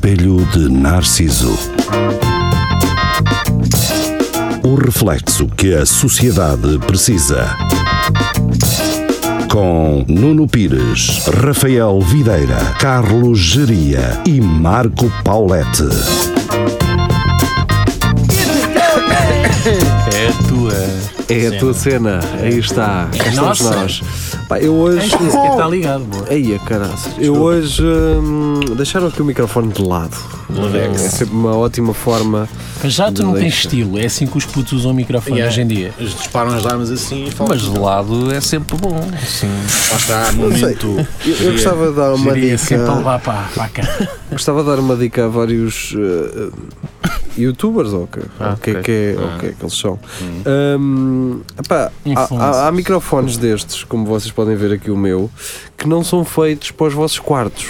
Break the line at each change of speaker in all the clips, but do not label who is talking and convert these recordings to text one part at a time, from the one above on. de Narciso. O reflexo que a sociedade precisa. Com Nuno Pires, Rafael Videira, Carlos Geria e Marco Paulette.
É a tua.
É a tua cena, aí está. Cá estamos
nossa.
nós. Pá, eu
É
hoje.
Nem sequer está ligado, boa.
Aí, caraças. Eu hoje. hum, deixaram aqui o microfone de lado. É sempre uma ótima forma.
Mas já tu não tens
Deixa.
estilo, é assim que os putos usam o microfone
Yeah.
hoje em dia.
Eles disparam as armas assim e falam.
Mas de lado é sempre bom.
lá está, momento.
Eu, tá eu gostava de dar uma
Seria
Sempre para
dica.
levar para, para cá.
Gostava de dar uma dica a vários. eh, eh, Youtubers, ou que- o que, é
ok.
que é, o que é que eles são? Hum, epá, há- há, há microfones destes, como vocês podem ver aqui o meu, que não são feitos para os vossos quartos.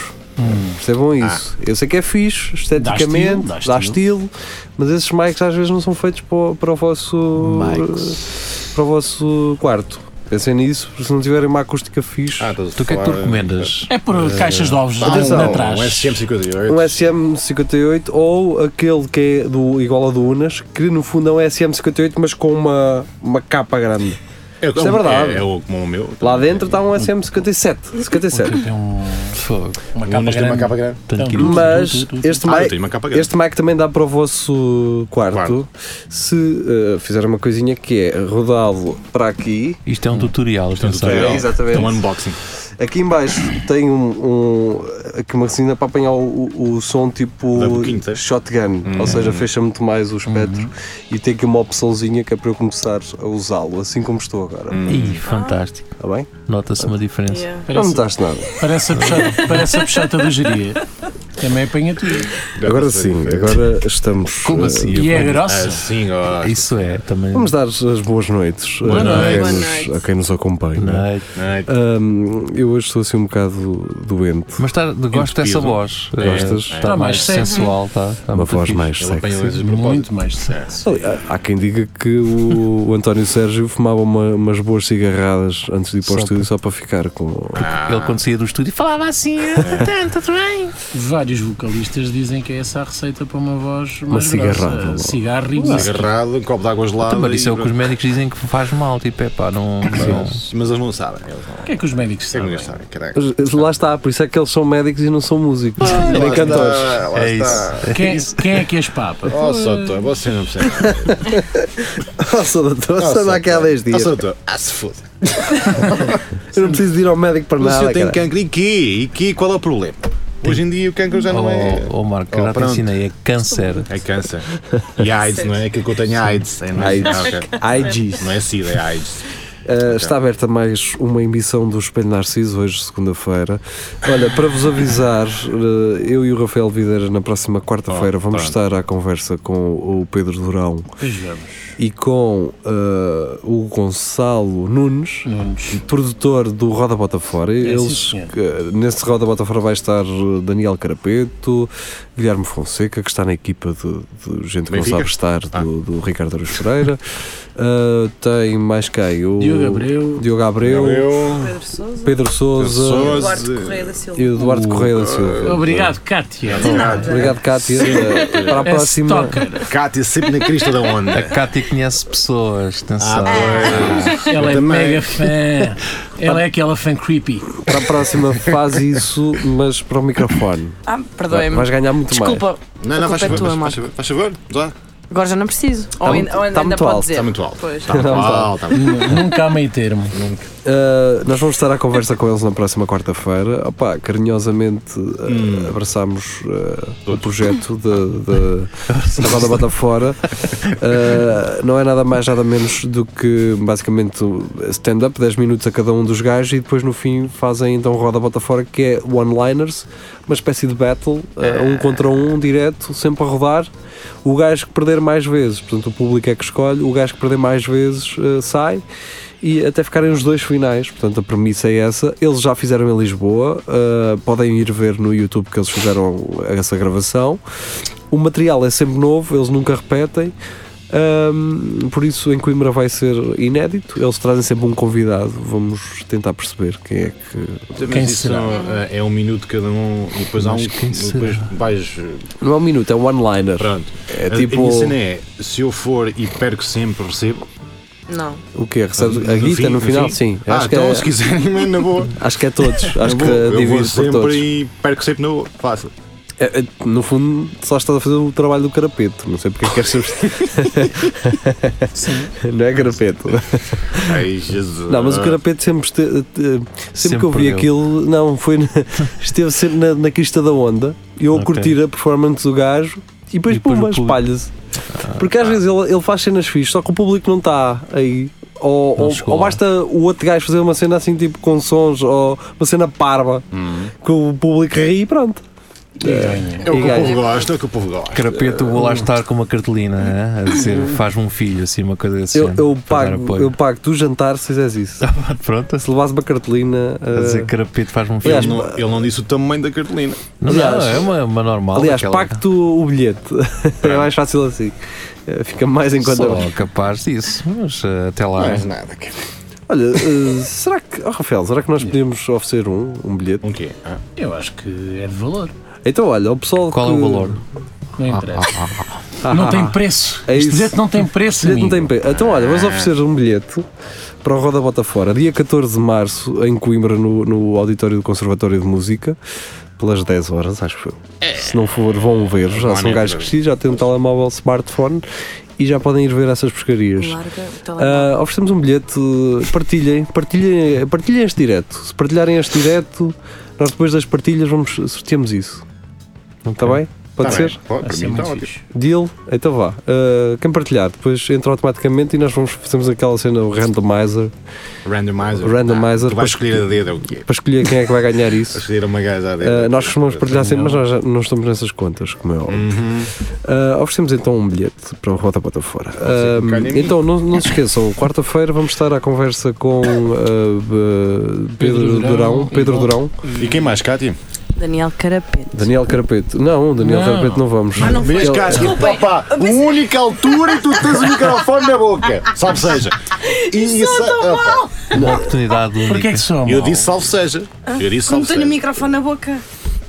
Percebam isso. Eu sei que é fixe, esteticamente, Hum. dá
Dá
estilo,
estilo, dá
mas esses mics às vezes não são feitos para, o- para o vosso para o vosso quarto. Pensem nisso, porque se não tiverem uma acústica fixe.
tu o que é que tu recomendas?
É por
Eh,
caixas de ovos
atenção,
lá
Um
atrás.
SCM-58.
Um SM58 ou aquele que é do, igual ao do Unas, que no fundo é um SM58, mas com uma, uma capa grande. Isto é verdade.
É, é o, como o meu.
Lá dentro está um SM57. 57.
Tem um,
Fogo.
uma
O
capa
Unas tem uma
grande.
é capa grande.
Então,
Mas este
Ah, eu
mic
tenho uma capa grande.
Este mic também dá para o vosso quarto,
Quarto.
se eh, fizer uma coisinha que é rodá-lo para aqui.
Isto é
Ah.
um tutorial,
é um
atenção.
tutorial.
É, exatamente.
É um unboxing.
Aqui em baixo tem um, um aqui uma resina para apanhar o, o- o som tipo
Da boquinha, sabes?
shotgun, ou seja, fecha muito mais o espectro e tem aqui uma opçãozinha que é para eu começar a usá-lo, assim como estou agora.
Uhum.
Ih, fantástico.
Está bem?
Nota-se uma diferença.
Não
parece,
notaste nada.
parece, a puxada, parece a puxada da geria. Também apanha tudo.
Agora sim, agora estamos.
Como
eh,
assim?
E é
Ah,
grossa.
sim, ó.
Isso é também.
Vamos dar as boas noites,
Boa
eh,
noite.
a,
Boa
quem
noite.
nos, a quem nos acompanha.
Night.
Ai,
ah, Ahm, eu hoje estou assim um bocado doente.
Mas tá, gosto dessa
Entupido.
voz.
Gostas?
Está
Tá mais
mais
sexy.
sensual, tá? está.
Tá
uma voz mais
Ele apanha
sexy.
vezes de propósito.
Muito mais de sexo.
Ali- há- Há quem diga que o, o António Sérgio fumava uma- umas boas cigarradas antes de ir para o
Só
estúdio só para ficar com.
Ah.
Ele quando saía do estúdio falava assim, tanto, tudo bem.
Vários vocalistas dizem que é essa a receita para uma voz
Uma
mais
cigarrada,
grossa.
logo.
Cigarro e
Um
whisky.
Agarrado, um copo de água gelada.
Mas
e
isso é o que os
pronto.
médicos dizem que faz mal, tipo, é pá, não. não-
Mas eles não sabem. Eles não
O que é que os médicos
Sei que
sabem?
não sabem, caraca.
Mas Lá está, por isso é que eles são médicos e não são músicos, nem
Ah, Lá
cantores.
está, lá
É
está.
Quem,
isso.
quem é que és papa?
Oh, Soto, você não percebe.
Nossa, doutor,
Nossa,
só dá aqui há 10 dias.
Oh, Soto, ah, se foda.
Eu não preciso de ir ao médico para
Mas se
nada.
eu tenho
cara.
cancro, e que? E que? Qual é o problema? Hoje em dia o cancro já não é.
Oh, oh, Marco, eu
Oh,
já te
pronto.
ensinei, é câncer.
É câncer. E a AIDS, não é? Aquilo que eu tenho é AIDS. É, não, é?
AIDS.
Ah, ok.
AIDS.
não é SIDA, é AIDS.
Uh, está aberta mais uma emissão do Espelho Narciso, hoje, segunda-feira. Olha, para vos avisar, uh, eu e o Rafael Videira, na próxima quarta-feira,
Oh,
vamos
pronto.
estar à conversa com o Pedro Durão
Pois vamos.
e com uh, o Gonçalo Nunes.
Nunes.
Produtor do Roda Bota Fora,
É, sim,
eles,
senhor.
uh, nesse Roda Bota Fora vai estar uh, Daniel Carapeto, Guilherme Fonseca, que está na equipa de, de gente que não
Benfica?
sabe estar,
Ah.
do, do Ricardo Aruz Pereira, Uh, tem mais quem? O
Diogo Abreu.
Diogo Abreu,
Pedro Sousa,
Pedro Souza
Sousa.
Eduardo Correia da Silva.
e o Eduardo Correia da Silva.
Obrigado, Cátia.
Obrigado, Cátia. Eh, Para a
É
próxima.
stalker.
Cátia sempre na crista da
É
A
onda. Ah,
Cátia conhece pessoas, atenção.
Ah,
Ela é
também.
mega fã. Ela é aquela fã creepy.
Para a próxima, faz isso, mas para o microfone.
Ah,
Vai-
perdoei-me.
Vais ganhar muito mais.
Desculpa,
Não, não,
A
faz
culpa
favor.
é tua,
faz- Faz
Marco.
favor, faz favor. Já.
agora já não preciso. ou ainda, ou ainda,
tá
ainda
muito
pode
alto,
dizer.
Está muito alto.
Pois.
Está muito alto. está muito alto.
Nunca há meio termo.
Uh, nós vamos estar à conversa com eles na próxima quarta-feira. Opa, carinhosamente uh, abraçámos uh, o projeto de, de, da Roda Bota Fora. Uh, não é nada mais, nada menos do que basicamente stand-up, 10 minutos a cada um dos gajos, e depois no fim fazem então Roda Bota Fora, que é one-liners, uma espécie de battle, uh, um contra um, direto, sempre a rodar. O gajo que perder mais vezes, portanto o público é que escolhe, o gajo que perder mais vezes uh, sai e até ficarem os dois finais. Portanto, a premissa é essa. Eles já fizeram em Lisboa, uh, podem ir ver no YouTube que eles fizeram essa gravação. O material é sempre novo, eles nunca repetem. Ahm, por isso, em Coimbra vai ser inédito. Eles trazem sempre um convidado. Vamos tentar perceber quem é que.
Mas
Quem
isso
será?
uh,
é- é um minuto cada um e depois há
Mas
um.
quem
Depois vais. uh,
Não é um minuto, é um one-liner.
Pronto.
É
A- A minha
tipo.
cena é: se eu for e perco sempre, recebo.
Não.
O quê? Recebes
No
a guita
fim,
no
no
final?
fim?
Sim.
Ah,
acho, que
então
é,
se quiserem, mano, na boa.
acho que é todos. Acho
Eu
que
vou- eu vou
divides por todos.
sempre e perco sempre na boa. Fácil.
É, é, no fundo, só estás a fazer o trabalho do carapeto. Não sei porque é que queres substituir. Não é carapeto.
Ai, Jesus.
Não, mas o carapeto sempre este- eh, sempre,
Sempre
que eu vi
perdeu.
aquilo, não, foi na- esteve sempre na, na crista da onda, eu a
Ok.
curtir a performance do gajo e depois,
E depois
pumba,
o público. Ah,
espalha-se. Porque às vezes ele, ele faz cenas fixas, só que o público não está aí. Ou,
Não
ou-
chegou
ou
lá.
basta o outro gajo fazer uma cena assim, tipo com sons, ou uma cena parva,
Hum.
que o público ri e pronto.
É o que
E
o
ganha.
povo gosta, é o que o povo gosta.
Carapeto, vou lá estar com uma cartolina
é?
né? a dizer faz-me um filho, assim, uma coisa assim.
Eu, eu, pago, eu pago do jantar se fizeres isso.
Pronto,
Se levasse uma cartolina.
a dizer
eh,
carapeto, faz-me um filho.
aliás,
Ele não, ele não disse o tamanho da cartolina.
não,
aliás-
não, é uma, uma normal.
Aliás,
aquela-
pacto o bilhete. é mais fácil assim. Eh, Fica mais em conta.
Só é capaz disso, mas eh, até lá.
Mais nada. cara.
Olha, eh, será que. Oh, Rafael, será que nós podíamos oferecer um, um bilhete?
Um quê? Ah,
Eu acho que é de valor.
Então, olha, o pessoal.
Qual é
que...
o valor?
Não interessa.
Ah,
não
ah,
tem
ah.
preço.
É
este
isso.
bilhete não tem preço.
Bilhete não tem
amigo.
pe- Então, olha, vamos oferecer um bilhete para o Roda Bota Fora, dia 14 de março, em Coimbra, no, no auditório do Conservatório de Música, pelas 10 horas, acho que foi. Se não for, vão ver. Já são gajos crescidos, já têm um telemóvel, smartphone e já podem ir ver essas pescarias.
Larga tá o telemóvel.
Ah, oferecemos um bilhete, partilhem, partilhem, partilhem este direto. Se partilharem este direto, nós depois das partilhas vamos, sorteamos isso. Está bem? Pode
tá
ser?
bem. Pode,
Vai
para
ser
mim está
muito
ótimo.
fixe.
Deal? Então vá. Ah, quem partilhar, depois entra automaticamente e nós vamos fazemos aquela cena, o randomizer,
Randomizer.
Randomizer.
Ah, tu vais escolher a dedo, é o que é?
para escolher quem é que vai ganhar
Vais
isso.
escolher uma gaja à dedo.
Ah, nós costumamos partilhar sempre, mas nós já não estamos nessas contas, como é óbvio.
Uhum.
Ah, oferecemos então um bilhete para o Rota Bota Fora.
ser um
Ah,
bocado em mim.
então não, não se esqueçam, quarta-feira vamos estar à conversa com ah, b- Pedro,
Pedro Durão
Durão,
e
Pedro
Val-
Durão,
E quem mais, Cátia?
Daniel Carapeto.
Daniel Carapeto. Não, Daniel
Não.
Carapeto não vamos.
Ah, não foi.
Vês,
Ele-
Cátia,
Desculpem, Ah,
papá, a única altura e tu tens o microfone na boca. Salve seja.
é
E isso- opa,
Uma oportunidade única.
Porquê é que soa mal?
Eu disse salve seja. Eu disse
Ah, Como
salve
tenho o
seja.
microfone na boca.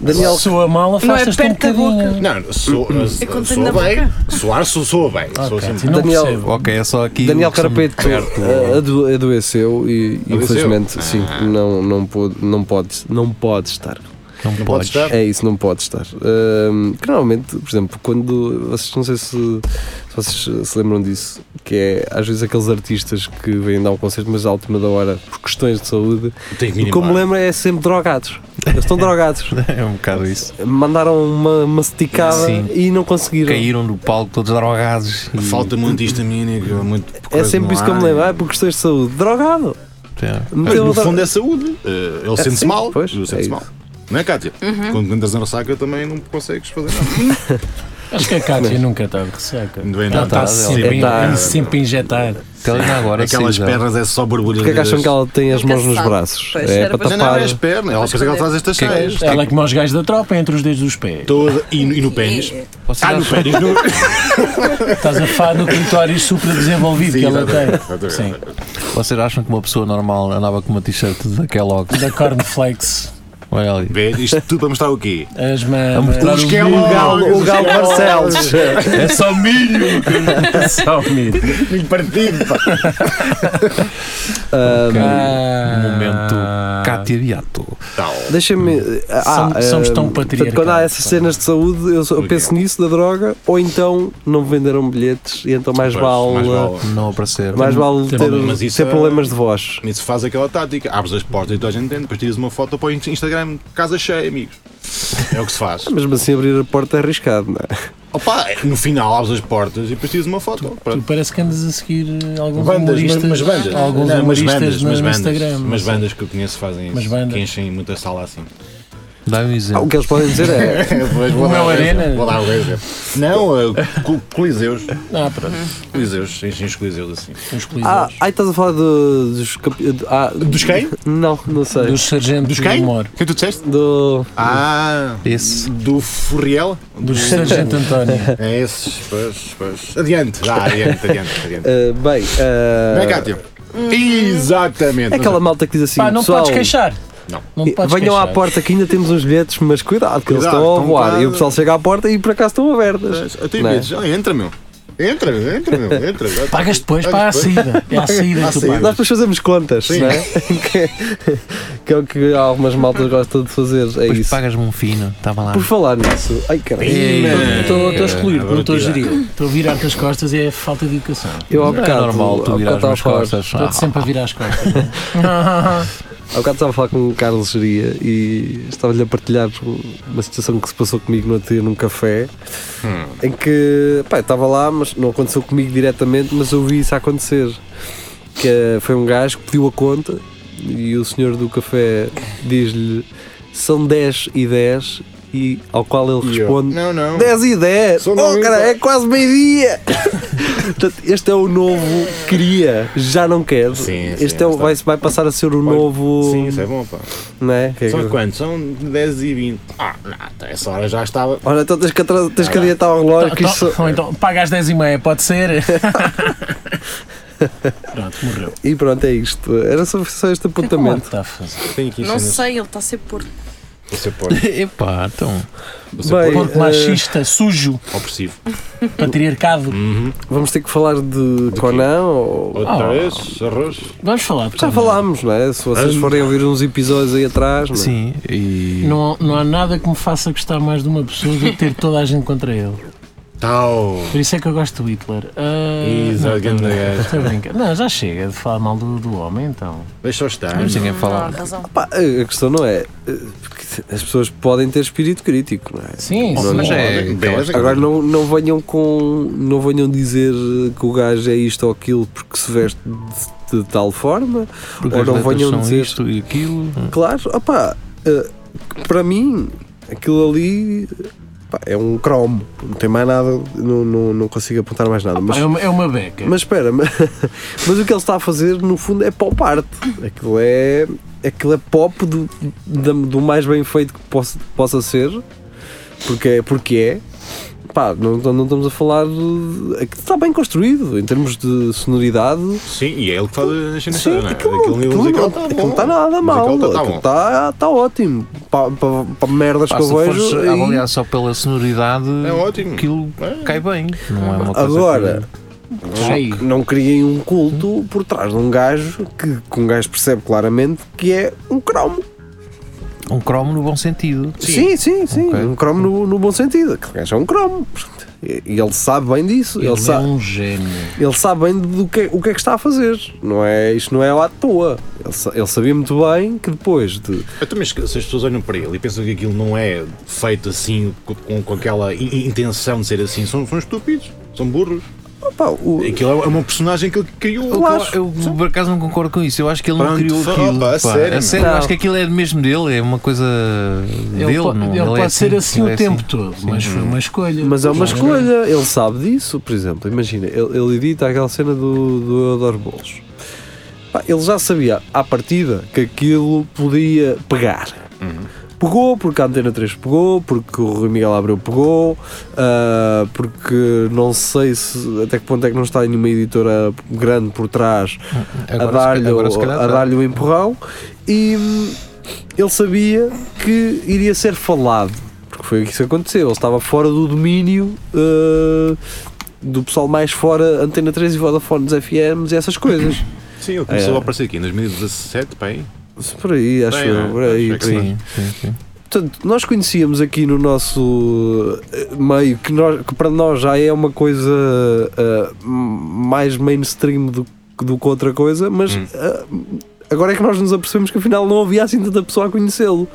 Daniel,
Soa mal, afastas-te um
aperta a boca.
bocadinho.
Não, sou,
quando tenho
sou
na
bem. Soar, sou, sou bem. Sou
Ok,
assim.
não
Daniel-
percebo.
Ok, é só aqui.
Daniel
o que se me
Carapeto
perto.
ah, ado- adoeceu e
Adoeceu?
infelizmente sim, não, não, pôde, não, pode, não pode estar.
Não,
Não pode
podes.
estar.
É isso, não pode estar. Ahm, que normalmente, por exemplo, quando vocês não sei se, se vocês se lembram disso, que é às vezes aqueles artistas que vêm dar um concerto, mas à última da hora, por questões de saúde,
Tenho que
e como
minimar.
lembro é sempre drogados. Eles estão drogados.
É um bocado isso.
Mandaram uma masticada
Sim.
e não conseguiram.
Caíram do palco todos drogados. e-
Falta muito histamina. que é Muito
É
coisa
sempre
no
isso que eu
ar.
me lembro, ah, por questões de saúde. Drogado!
É.
Mas
Meteu
no
a dro-
fundo é saúde. Eh, Ele sente-se
Então, sim,
mal.
pois,
Ele
é
sente-se
isso.
mal. Não é, Cátia? Quando entras na ressaca também não consegues fazer nada.
Acho que a Cátia nunca está de ressaca.
Não vem
Ela
nada.
está sempre,
É, tá.
a- sempre a injetar.
Até ali agora
Aquelas
sim, já.
pernas é só borbulhas.
Porquê é que acham que ela tem as
Nunca
mãos
se
nos
sabe.
braços?
Pois,
é
era
para
para
Mas não
tapar.
é as pernas. Ela pensa que ela traz estas
Que é que-
cheias.
Ela é como os gajos da tropa, entre os dedos dos pés.
Toda. E no, e no pênis.
Vocês
Ah, no
acham-
pênis. No...
Estás a falar do clitóris super desenvolvido
Sim,
que ela
exatamente,
tem.
exatamente.
Sim,
Vocês acham que uma pessoa normal andava com uma t-shirt da Kellogg's?
da cornflakes.
Olha ali.
Vês? Isto tudo para mostrar o quê?
As
É um
A mostrar os
mamas.
O Galo, o Galo Barcelos!
É só milho. É só milho.
Milho partido, pá.
Ah.
Momento Cátia Beato.
Tal.
Deixa-me. Ah, ah,
somos tão
portanto,
patriarcados,
Quando há essas
pá.
cenas de saúde, eu, só- eu penso nisso da droga, ou então não venderam bilhetes e então mais
Pois,
vale.
mais vale.
Não aparecer.
mais vale
Tem-
ter,
mas isso
ter
é-
problemas de voz.
Isso faz aquela tática. Abres as portas e toda a gente dentro. Depois tiras uma foto para o Instagram. Casa cheia, amigos. É o que se faz.
Mesmo assim, abrir a porta é arriscado, não é?
Opa, no final abres as portas e depois tiras uma foto.
Tu
Pronto.
parece que andas a seguir alguns
Bandas, mas,
humoristas.
mas bandas.
Alguns
Não, mas
humoristas
bandas,
no
mas bandas,
Instagram. assim.
Mas bandas que eu conheço fazem
Mas
isso.
bandas.
Que enchem muita sala assim.
Dá-me um
Ah, o
exemplo.
que eles podem dizer é.
Pois, vou
O
dar
meu
um
Arena.
exemplo, Vou dar um exemplo. Não, uh, co- Coliseus. Ah, pronto. Coliseus, enchem os Coliseus assim.
Os
Ah,
polícias.
aí estás a falar de- dos. campe- de- ah,
Dos quem?
Não, não sei.
Dos sargentos
Dos quem?
do humor.
Quem tu disseste?
Do.
Ah,
Esse.
do Furriel?
Dos sargento António.
É esses, pois, pois. Adiante, já, adiante, adiante, adiante.
Ah, bem. ah,
Vem cá, tio.
Hum.
Exatamente.
é aquela malta que diz assim.
Pá, não
pessoal,
podes queixar.
Não.
Não te podes
Venham à
queixar.
porta que ainda temos uns bilhetes, mas cuidado, que eles
Cuidado,
estão a
estão
voar.
cá.
E o pessoal chega à porta e por acaso estão abertas.
Eu tenho
Não é?
medo, já entra, meu. Entra, meu, entra, meu, entra. Já tá.
Pagas depois para a
Pagas depois.
saída. É à saída
À
que tu
saída.
pagas.
Nós depois fazemos contas,
Sim.
não é? Que- que é o que algumas maltas gostam de fazer. É
Depois
isso.
pagas-me um fino. Estava lá.
Por falar nisso. Ai caralho.
Ei,
Estou estou a excluir,
Agora
não estou a
tirar.
gerir. Estou a virar-te as costas e é falta de educação.
Eu há
não
bocado.
é normal tu
há
virar as
bocado estava a
minhas
falar-
costas. Ah,
Estou-te sempre a virar as costas.
Há bocado estava a falar com o Carlos Geria e estava-lhe a partilhar uma situação que se passou comigo no outro dia num café
Hum.
em que pá, eu estava lá, mas não aconteceu comigo diretamente, mas eu vi isso acontecer. Que eh, foi um gajo que pediu a conta e o senhor do café diz-lhe são 10 e 10 e ao qual ele
E eu,
responde
Não, não.
10 e 10!
São
Oh,
nove e
cara,
quatro.
é quase meio-dia! Portanto, este é o novo queria, já não quer.
Sim,
este
sim,
é o,
está.
vai, vai passar a ser o
Olha,
novo.
Sim, isso é bom, pá.
não é? Que é
São
que-
quantos? São 10 e 20. Ah, não, essa hora já estava.
Ora, então tens que, atras, tens que adiantar o
Tá-
relógio que isto.
tá- Ou então, paga às 10 e meia, pode ser? Pronto, morreu.
E pronto, é isto. Era só, só este
O que é que o Marco
apontamento.
está a fazer?
Tenho aqui
Não
cenas.
sei, ele está a ser por.
Você pode.
Epá, então.
Você
Bem, eh,
pode.
Porco machista, sujo,
Opressivo.
patriarcado.
Vamos ter que falar de Conan ou.
Outra
Ah.
vez, arroz.
Vamos falar. porque
Já falámos, não é? Se vocês
Ah.
forem ouvir uns episódios aí atrás, não é?
Sim. E.
Não, não há nada que me faça gostar mais de uma pessoa do que ter toda a gente contra ele.
Tal.
Por isso é que eu gosto do Hitler. Ah,
Isso,
Hum.
não,
grande
não,
gajo.
estou a brincar. não, já chega de falar mal do, do homem, então.
Deixa eu estar.
Mas ninguém
Não, há
fala.
Ah, razão.
Pá, a questão não é. eh, porque As pessoas podem ter espírito crítico, não é?
Sim,
Oh,
sim.
mas é-
Bem,
Agora não, não venham com. não venham dizer que o gajo é isto ou aquilo porque se veste de, de tal forma.
Porque
Ou
as
não
letras
venham
são
dizer-
isto e aquilo.
Claro, opá, eh, para mim aquilo ali pá, é um cromo, não tem mais nada, não, não, não consigo apontar mais nada. Mas,
é, uma, é uma beca.
mas espera, mas, mas o que ele está a fazer no fundo é pop art. Aquilo é, aquilo é pop do, da- do mais bem feito que possa, possa ser, porque, é- porque é. Pá, não, não estamos a falar. de- Aquilo está bem construído em termos de sonoridade.
Sim, e é ele que faz as cenas
Sim,
todas, não é?
aquilo,
Aquele nível
aquilo
musical
não,
tá
aquilo
bom.
não está nada
Musical
mal.
tá- tá
Aquilo
bom.
está tá ótimo. Para pa, pa merdas
Pá,
que
se
eu
fores
vejo.
a
aí-
avaliar só pela sonoridade,
É ótimo.
aquilo
É.
cai bem. Não é uma coisa
Agora,
Ai,
não criem um culto por trás de um gajo que, que um gajo percebe claramente que é um cromo.
que- um cromo no bom sentido.
Sim, sim, sim.
Ok.
Um cromo no, no bom sentido. Aquele gajo é um cromo. E e ele sabe bem disso.
ele,
Ele,
é
sabe,
um gênio.
ele sabe bem do que, o que é que está a fazer. Não é, isto não é à toa. Ele, sa- ele sabia muito bem que depois de
Então, mas se as pessoas olham para ele e pensam que aquilo não é feito assim, co- com, com aquela in- in- intenção de ser assim, são, são estúpidos, são burros.
Opa, o,
Aquilo é uma personagem que ele criou.
Eu,
Claro. acho-
eu, por acaso não concordo com isso. Eu acho que ele não
Pronto,
criou
fa-
aquilo.
opa, a
pá.
sério,
A
meu.
sério, eu
Não.
acho que aquilo é mesmo dele, é uma coisa
Ele,
dele.
po-
não,
ele
é
pode ser assim
ele
o
é
tempo todo, mas foi uma escolha.
Mas é uma
Claro.
escolha, ele sabe disso, por exemplo, imagina, ele, ele edita aquela cena do, do Eudor Bolos. Pá, Ele já sabia à partida que aquilo podia pegar. Pegou porque a Antena 3 pegou, porque o Rui Miguel Abreu pegou, ah, porque não sei se até que ponto é que não está nenhuma editora grande por trás
Hum, Agora,
a dar-lhe
se- agora se
o-
calhar
a
dá.
dar-lhe o empurrão e hum, ele sabia que iria ser falado porque foi isso que aconteceu ele estava fora do domínio uh, do pessoal mais fora Antena 3 e Vodafone dos FMs e essas coisas
Sim, ele começou
É.
a aparecer aqui em 2017, pá, aí.
por aí acho
Bem,
eu,
não é?
por aí,
Acho
por aí.
Sim, sim, sim.
Portanto, nós conhecíamos aqui no nosso eh, meio que, nós- que para nós já é uma coisa eh, m- mais mainstream do, do que outra coisa, mas eh, agora é que nós nos apercebemos que afinal não havia assim tanta pessoa a conhecê-lo.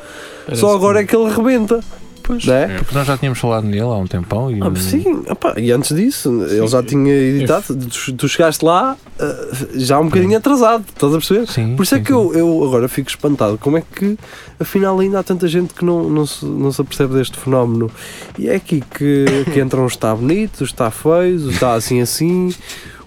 Parece
Só agora é que ele rebenta.
Pois,
Não é?
porque nós já tínhamos falado nele há um tempão e.
Ah, sim, opá, e antes disso, ele já tinha editado, tu, tu chegaste lá ah, já um bocadinho atrasado, estás a perceber?
Sim,
Por isso é
sim,
que eu, eu agora fico espantado, como é que afinal ainda há tanta gente que não, não, se, não se apercebe deste fenómeno. E é aqui que, que entram os está bonitos, os está feios, os está assim assim,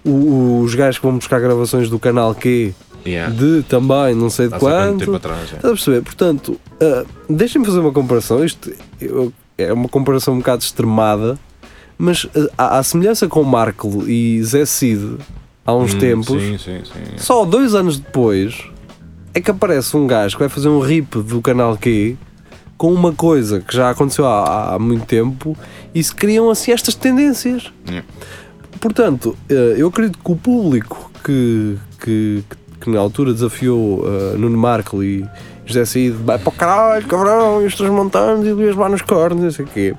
o- os gajos que vão buscar gravações do canal Q
Yeah.
de também não sei de
Há quanto tempo
quanto.
atrás? é.
Estás a perceber? Portanto, ah, deixem-me fazer uma comparação. Isto eu- é uma comparação um bocado extremada, mas a, semelhança com Markle e Zé Cid há uns
Hum,
tempos,
Sim, sim, sim.
só dois anos depois é que aparece um gajo que vai fazer um rip do canal Q com uma coisa que já aconteceu há, há muito tempo e se criam assim estas tendências.
É.
Portanto, eh, eu acredito que o público que, que, que na altura desafiou eh, Nuno Marco e José Saíde, vai para o caralho, cabrão, e os transmontamos e Luís lá nos cornos, não sei o quê.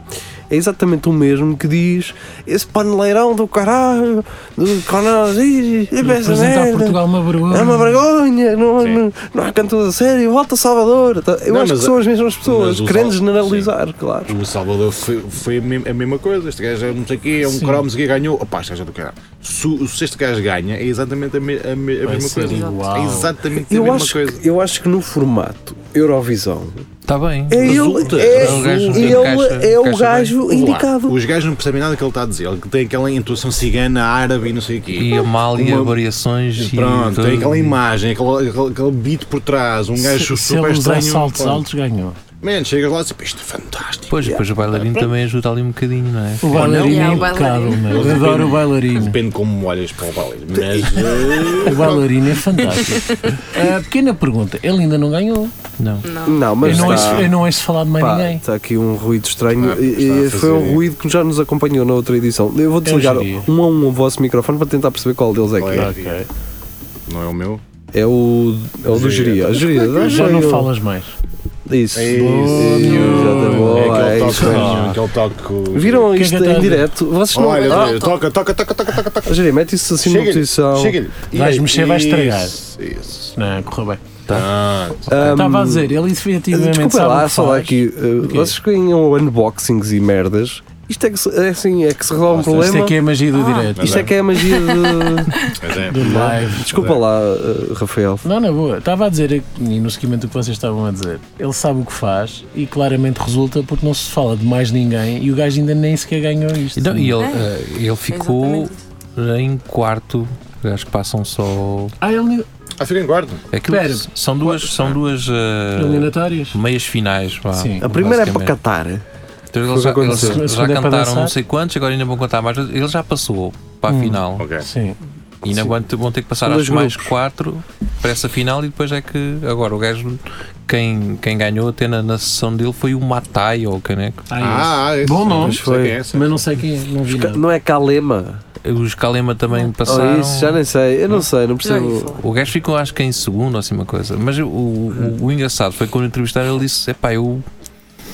É exatamente o mesmo que diz esse paneleirão do caralho, do canal, e, e pensa
Apresentar
merda.
Portugal uma vergonha.
É uma vergonha, não,
Hum. Sim.
não, não há canto a sério, volta a Salvador. Eu
Não,
acho que
mas-
são as mesmas pessoas,
mas o
querendo
Sal-
generalizar, claro.
O Salvador foi, foi a mem- a mesma coisa. Este gajo é não sei o quê, é um
Sim.
cromo, não sei o quê, ganhou. Opa, este gajo é do caralho. Se, se este gajo ganha, é exatamente a, me- a me- a
Vai
mesma
ser
coisa.
igual.
É exatamente a
Eu
mesma
acho,
coisa.
que, é eu acho que no formato Eurovisão
tá
Está bem.
é
Resulta. um
ele, é,
É o gajo que
ele
encaixa-
é o
encaixa
gajo
Vamos lá.
indicado.
Os gajos não percebem nada do que ele está a dizer. Ele tem aquela intuação cigana, árabe e não sei o quê.
E
é
a mal e
Uma-
a variações. e
Pronto,
tudo.
então.
tem aquela imagem, aquele, aquele, aquele beat por trás, um gajo
Se, se
super
ele usar
estranho.
saltos
Pronto.
altos, ganhou.
Man, chegas lá e dizes, isto é fantástico.
Pois, depois o bailarino também ajuda ali um bocadinho, não é?
O bailarino é
não.
impecável,
É, o
meu. Eu adoro o bailarino.
Depende como olhas para o baile. Mas. eh,
O bailarino é fantástico. A pequena pergunta, ele ainda não ganhou.
Não.
Não.
Não,
Eu
mas
não,
está,
ouço, eu não ouço falar de mais
pá,
ninguém.
está aqui um ruído estranho.
Ah,
E-
está a
e foi
fazer- É
um ruído que já nos acompanhou na outra edição. Eu vou desligar
diria.
um a um o vosso microfone para tentar perceber qual deles é que
Qual
é.
é? não é o meu?
É o, é o do Geria. Geria,
Já não falas mais.
Isso.
É
Isso,
isso.
já tá bom,
é
é
aquele
isso.
toque. é Aquele toque. com-
Viram
que é
isto
que eu
em
tava-
direto? Vocês não.
Olha, eh,
Ah,
toca, toca, toca, toca, toca, toca.
Jerry, mete isso assim numa
Chega-lhe,
posição.
chega-lhe. E
Vais
aí,
mexer, vais estragar.
Isso, isso.
Não, correu bem.
Tá.
Ahm,
Estava a dizer, ele efetivamente
Hum, Ah, Desculpa
sabe o
lá,
que
só lá
faz.
aqui. uh,
quê?
Vocês ganham unboxings e merdas. Isto é que se, é assim, é que se resolve um
Isto
problema.
é que é a magia do direito.
Isto é que é a magia de.
Mas é.
Do live.
Desculpa lá, uh, Rafael.
Não, na boa. Estava a dizer, e no seguimento do que vocês estavam a dizer, ele sabe o que faz e claramente resulta porque não se fala de mais ninguém e o gajo ainda nem sequer ganhou isto.
Então, e ele,
É.
eh, ele ficou em quarto. Acho que passam só.
Ah, ele,
Ah, fica em quarto.
Aquilo
Espera.
são duas, são duas
Ah.
eh,
eliminatórias?
meias finais. Vá,
Sim.
A primeira é para
basicamente.
Catar. Foi
Então,
o
eles
que
já, eles
aconteceu.
já
A segunda é para
cantaram
dançar.
não sei quantos, agora ainda vão contar mais. Ele já passou para a final
Ok.
Sim.
e ainda vão ter, vão ter que passar
Hum. São dois
acho, mais
grupos.
quatro para essa final e depois é que agora o gajo quem, quem ganhou até na, na sessão dele foi o Matai ou quem é? que-
Ah,
Ah, ah, esse-
Bom nome.
sei quem é
esse.
esse.
Mas não sei quem é, não vi
Ca-
nada.
Não é Kalema.
Os Kalema também passaram.
Ou Oh, isso, já nem sei. Eu não sei, não
Já ouvi
percebo.
falar.
O gajo ficou, acho que em segundo ou assim uma coisa. Mas o, o, o engraçado foi quando entrevistaram ele disse: Epá, eu.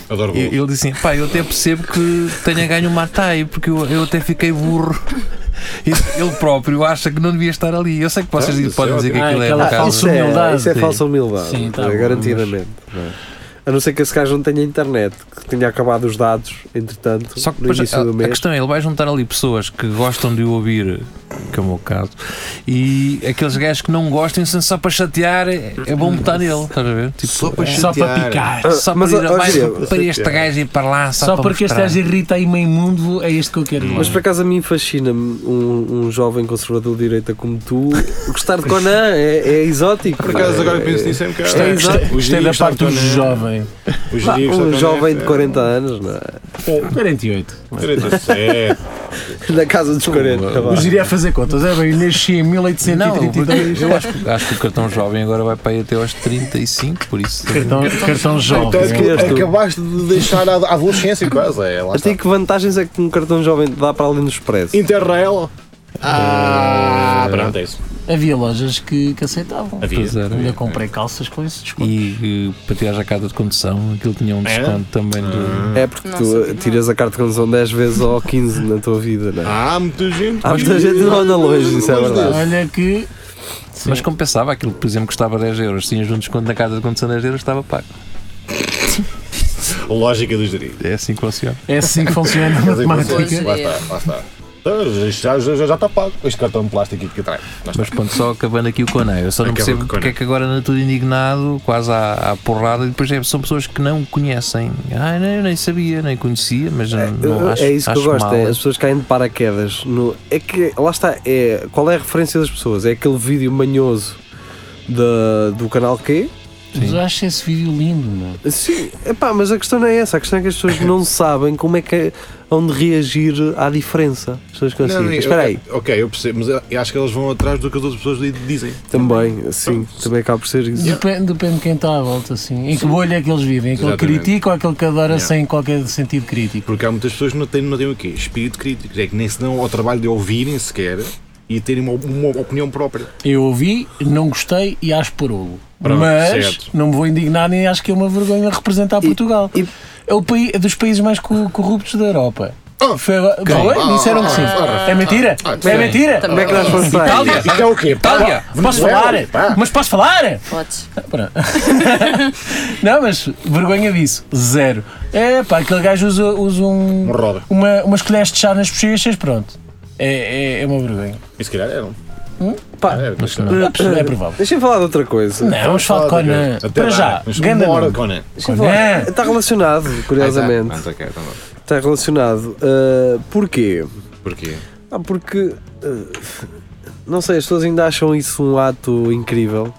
Adoro
e-
bolos.
Ele disse assim: Pá, eu até percebo que tenha ganho o Matai, porque eu, eu até fiquei burro. E Ele próprio acha que não devia estar ali. Eu sei que vocês
Certo,
podem dizer que
certo.
aquilo
Ah,
é um
aquela
bocado-
falsa
Isso é,
humildade,
isso é
sim.
falsa humildade. É
Sim, tá bom,
garantidamente. não é? A não ser que esse gajo não tenha internet, que tenha acabado os dados, entretanto,
Só
no
que depois
início
a,
do
a
mês.
questão é, ele vai juntar ali pessoas que gostam de o ouvir, que é o meu caso, e aqueles gajos que não gostam, são só para chatear, é é bom botar nele, estás a ver? Tipo,
Só para
É Só para
chatear.
picar.
só
Ah, Mas,
para, ir a
ó, é.
mais
Gil,
para este gajo ir para lá, só,
Só
para
porque este
mostrar.
gajo irrita aí meio mundo, é este que eu quero.
Mas por acaso a mim fascina-me um, um jovem conservador de direita como tu gostar de Conan, é, é exótico.
Por acaso,
é,
agora
é-
que penso nisso, é um bocado.
Isto é- isto é-
O
Isto é da
Giri
parte do
Gustavo Tonelli. O
jovem.
Pá,
Giri Gustavo
um
Tonelli.
jovem de 40 anos, não é?
48.
eh, 47.
na casa dos 40. vá.
O Giri a fazer contas, é bem, eu nasci em é
Não, porque
1832.
eu acho, que- acho que o cartão jovem agora vai para aí até aos 35, por isso.
Cartão, cartão
Então
jovem.
é que
Este.
acabaste de deixar a a adolescência quase. É, lá
Mas
está.
tem que vantagens é que um cartão jovem te dá para além do expresso?
Interrail. Ah, pronto, é isso.
Havia lojas que, que aceitavam.
Havia.
Pois era.
Ainda comprei calças com esse desconto.
E eh, para tirar a carta de condução, aquilo tinha um
É?
desconto também
Ah,
do.
É porque
Não
tu
sei,
eh, tiras a carta de condução 10 vezes ou 15 na tua vida, não é?
Há muita gente.
Há muita gente que não anda longe, isso é verdade.
Olha que.
Mas compensava aquilo, que, por exemplo, custava 10 euros. Tinhas um desconto na carta de condução 10 euros, estava pago.
Lógica do gerir.
É assim que funciona.
É assim que funciona a
Quer dizer,
matemática.
Lá está, lá está. Ah, Já, já, já está pago. Este cartão de plástico aqui que trai. Lá está.
Mas pronto, só acabando aqui o Coneio. Eu só não
Acaba com
percebo
o
porque é que agora anda tudo indignado, quase à, à porrada, e depois é- são pessoas que não conhecem. Ah, não, eu nem sabia, nem conhecia, mas não, não acho,
é isso que eu
acho
gosto,
mal.
é as pessoas caem de paraquedas. No, é que, lá está, é, qual é a referência das pessoas? É aquele vídeo manhoso da- do canal Q?
Mas eu acho esse vídeo lindo, meu.
Sim, epá, mas a questão não é essa, a questão é que as pessoas não sabem como é que é, onde reagir à diferença. As pessoas
Não,
conseguem.
eu-
assim, Espera aí,
eu- Ok, eu percebo, mas eu- eu acho que elas vão atrás do que as outras pessoas di- dizem.
também, sim, também acaba por ser isso.
Depende, depende de quem está à volta, assim. Em que bolha é que eles vivem? Aquele que
Exatamente.
critica ou aquele que adora
Yeah.
sem qualquer sentido crítico?
Porque há muitas pessoas que não têm, não têm o quê? Espírito crítico. É que nem se dão ao trabalho de ouvirem sequer e terem uma, uma opinião própria.
Eu ouvi, não gostei e acho parolo.
Pronto,
Mas
certo.
não me vou indignar nem acho que é uma vergonha representar Portugal.
e-
É o país, é dos países mais co- corruptos da Europa.
Ah,
Foi agora- Foi? Disseram que sim.
ah,
É mentira?
ah,
É
sim.
mentira?
Como é que nós vamos para aí?
Itália?
Isto é o quê? é,
Itália? Posso falar? Mas posso falar?
Podes.
Pronto. não, mas vergonha disso. Zero. É pá, aquele gajo usa, usa um,
Um roda.
uma, umas colheres de chá nas bochechas, pronto. É, é, é uma vergonha.
E se calhar eram.
Hum?
Pá,
Era, mas não.
É, prov- é provável.
Deixa-me falar de outra coisa.
Não, vamos falar de Conan.
Até
Para
lá,
já,
mas
ganda
uma hora de
nome.
Conan.
Deixa-me
Conan.
falar. Está relacionado, curiosamente.
Ah, tá, ok, tá bom.
Está relacionado. Ah, porquê?
Porquê?
Ah, porque. ah, não sei, as pessoas ainda acham isso um ato incrível.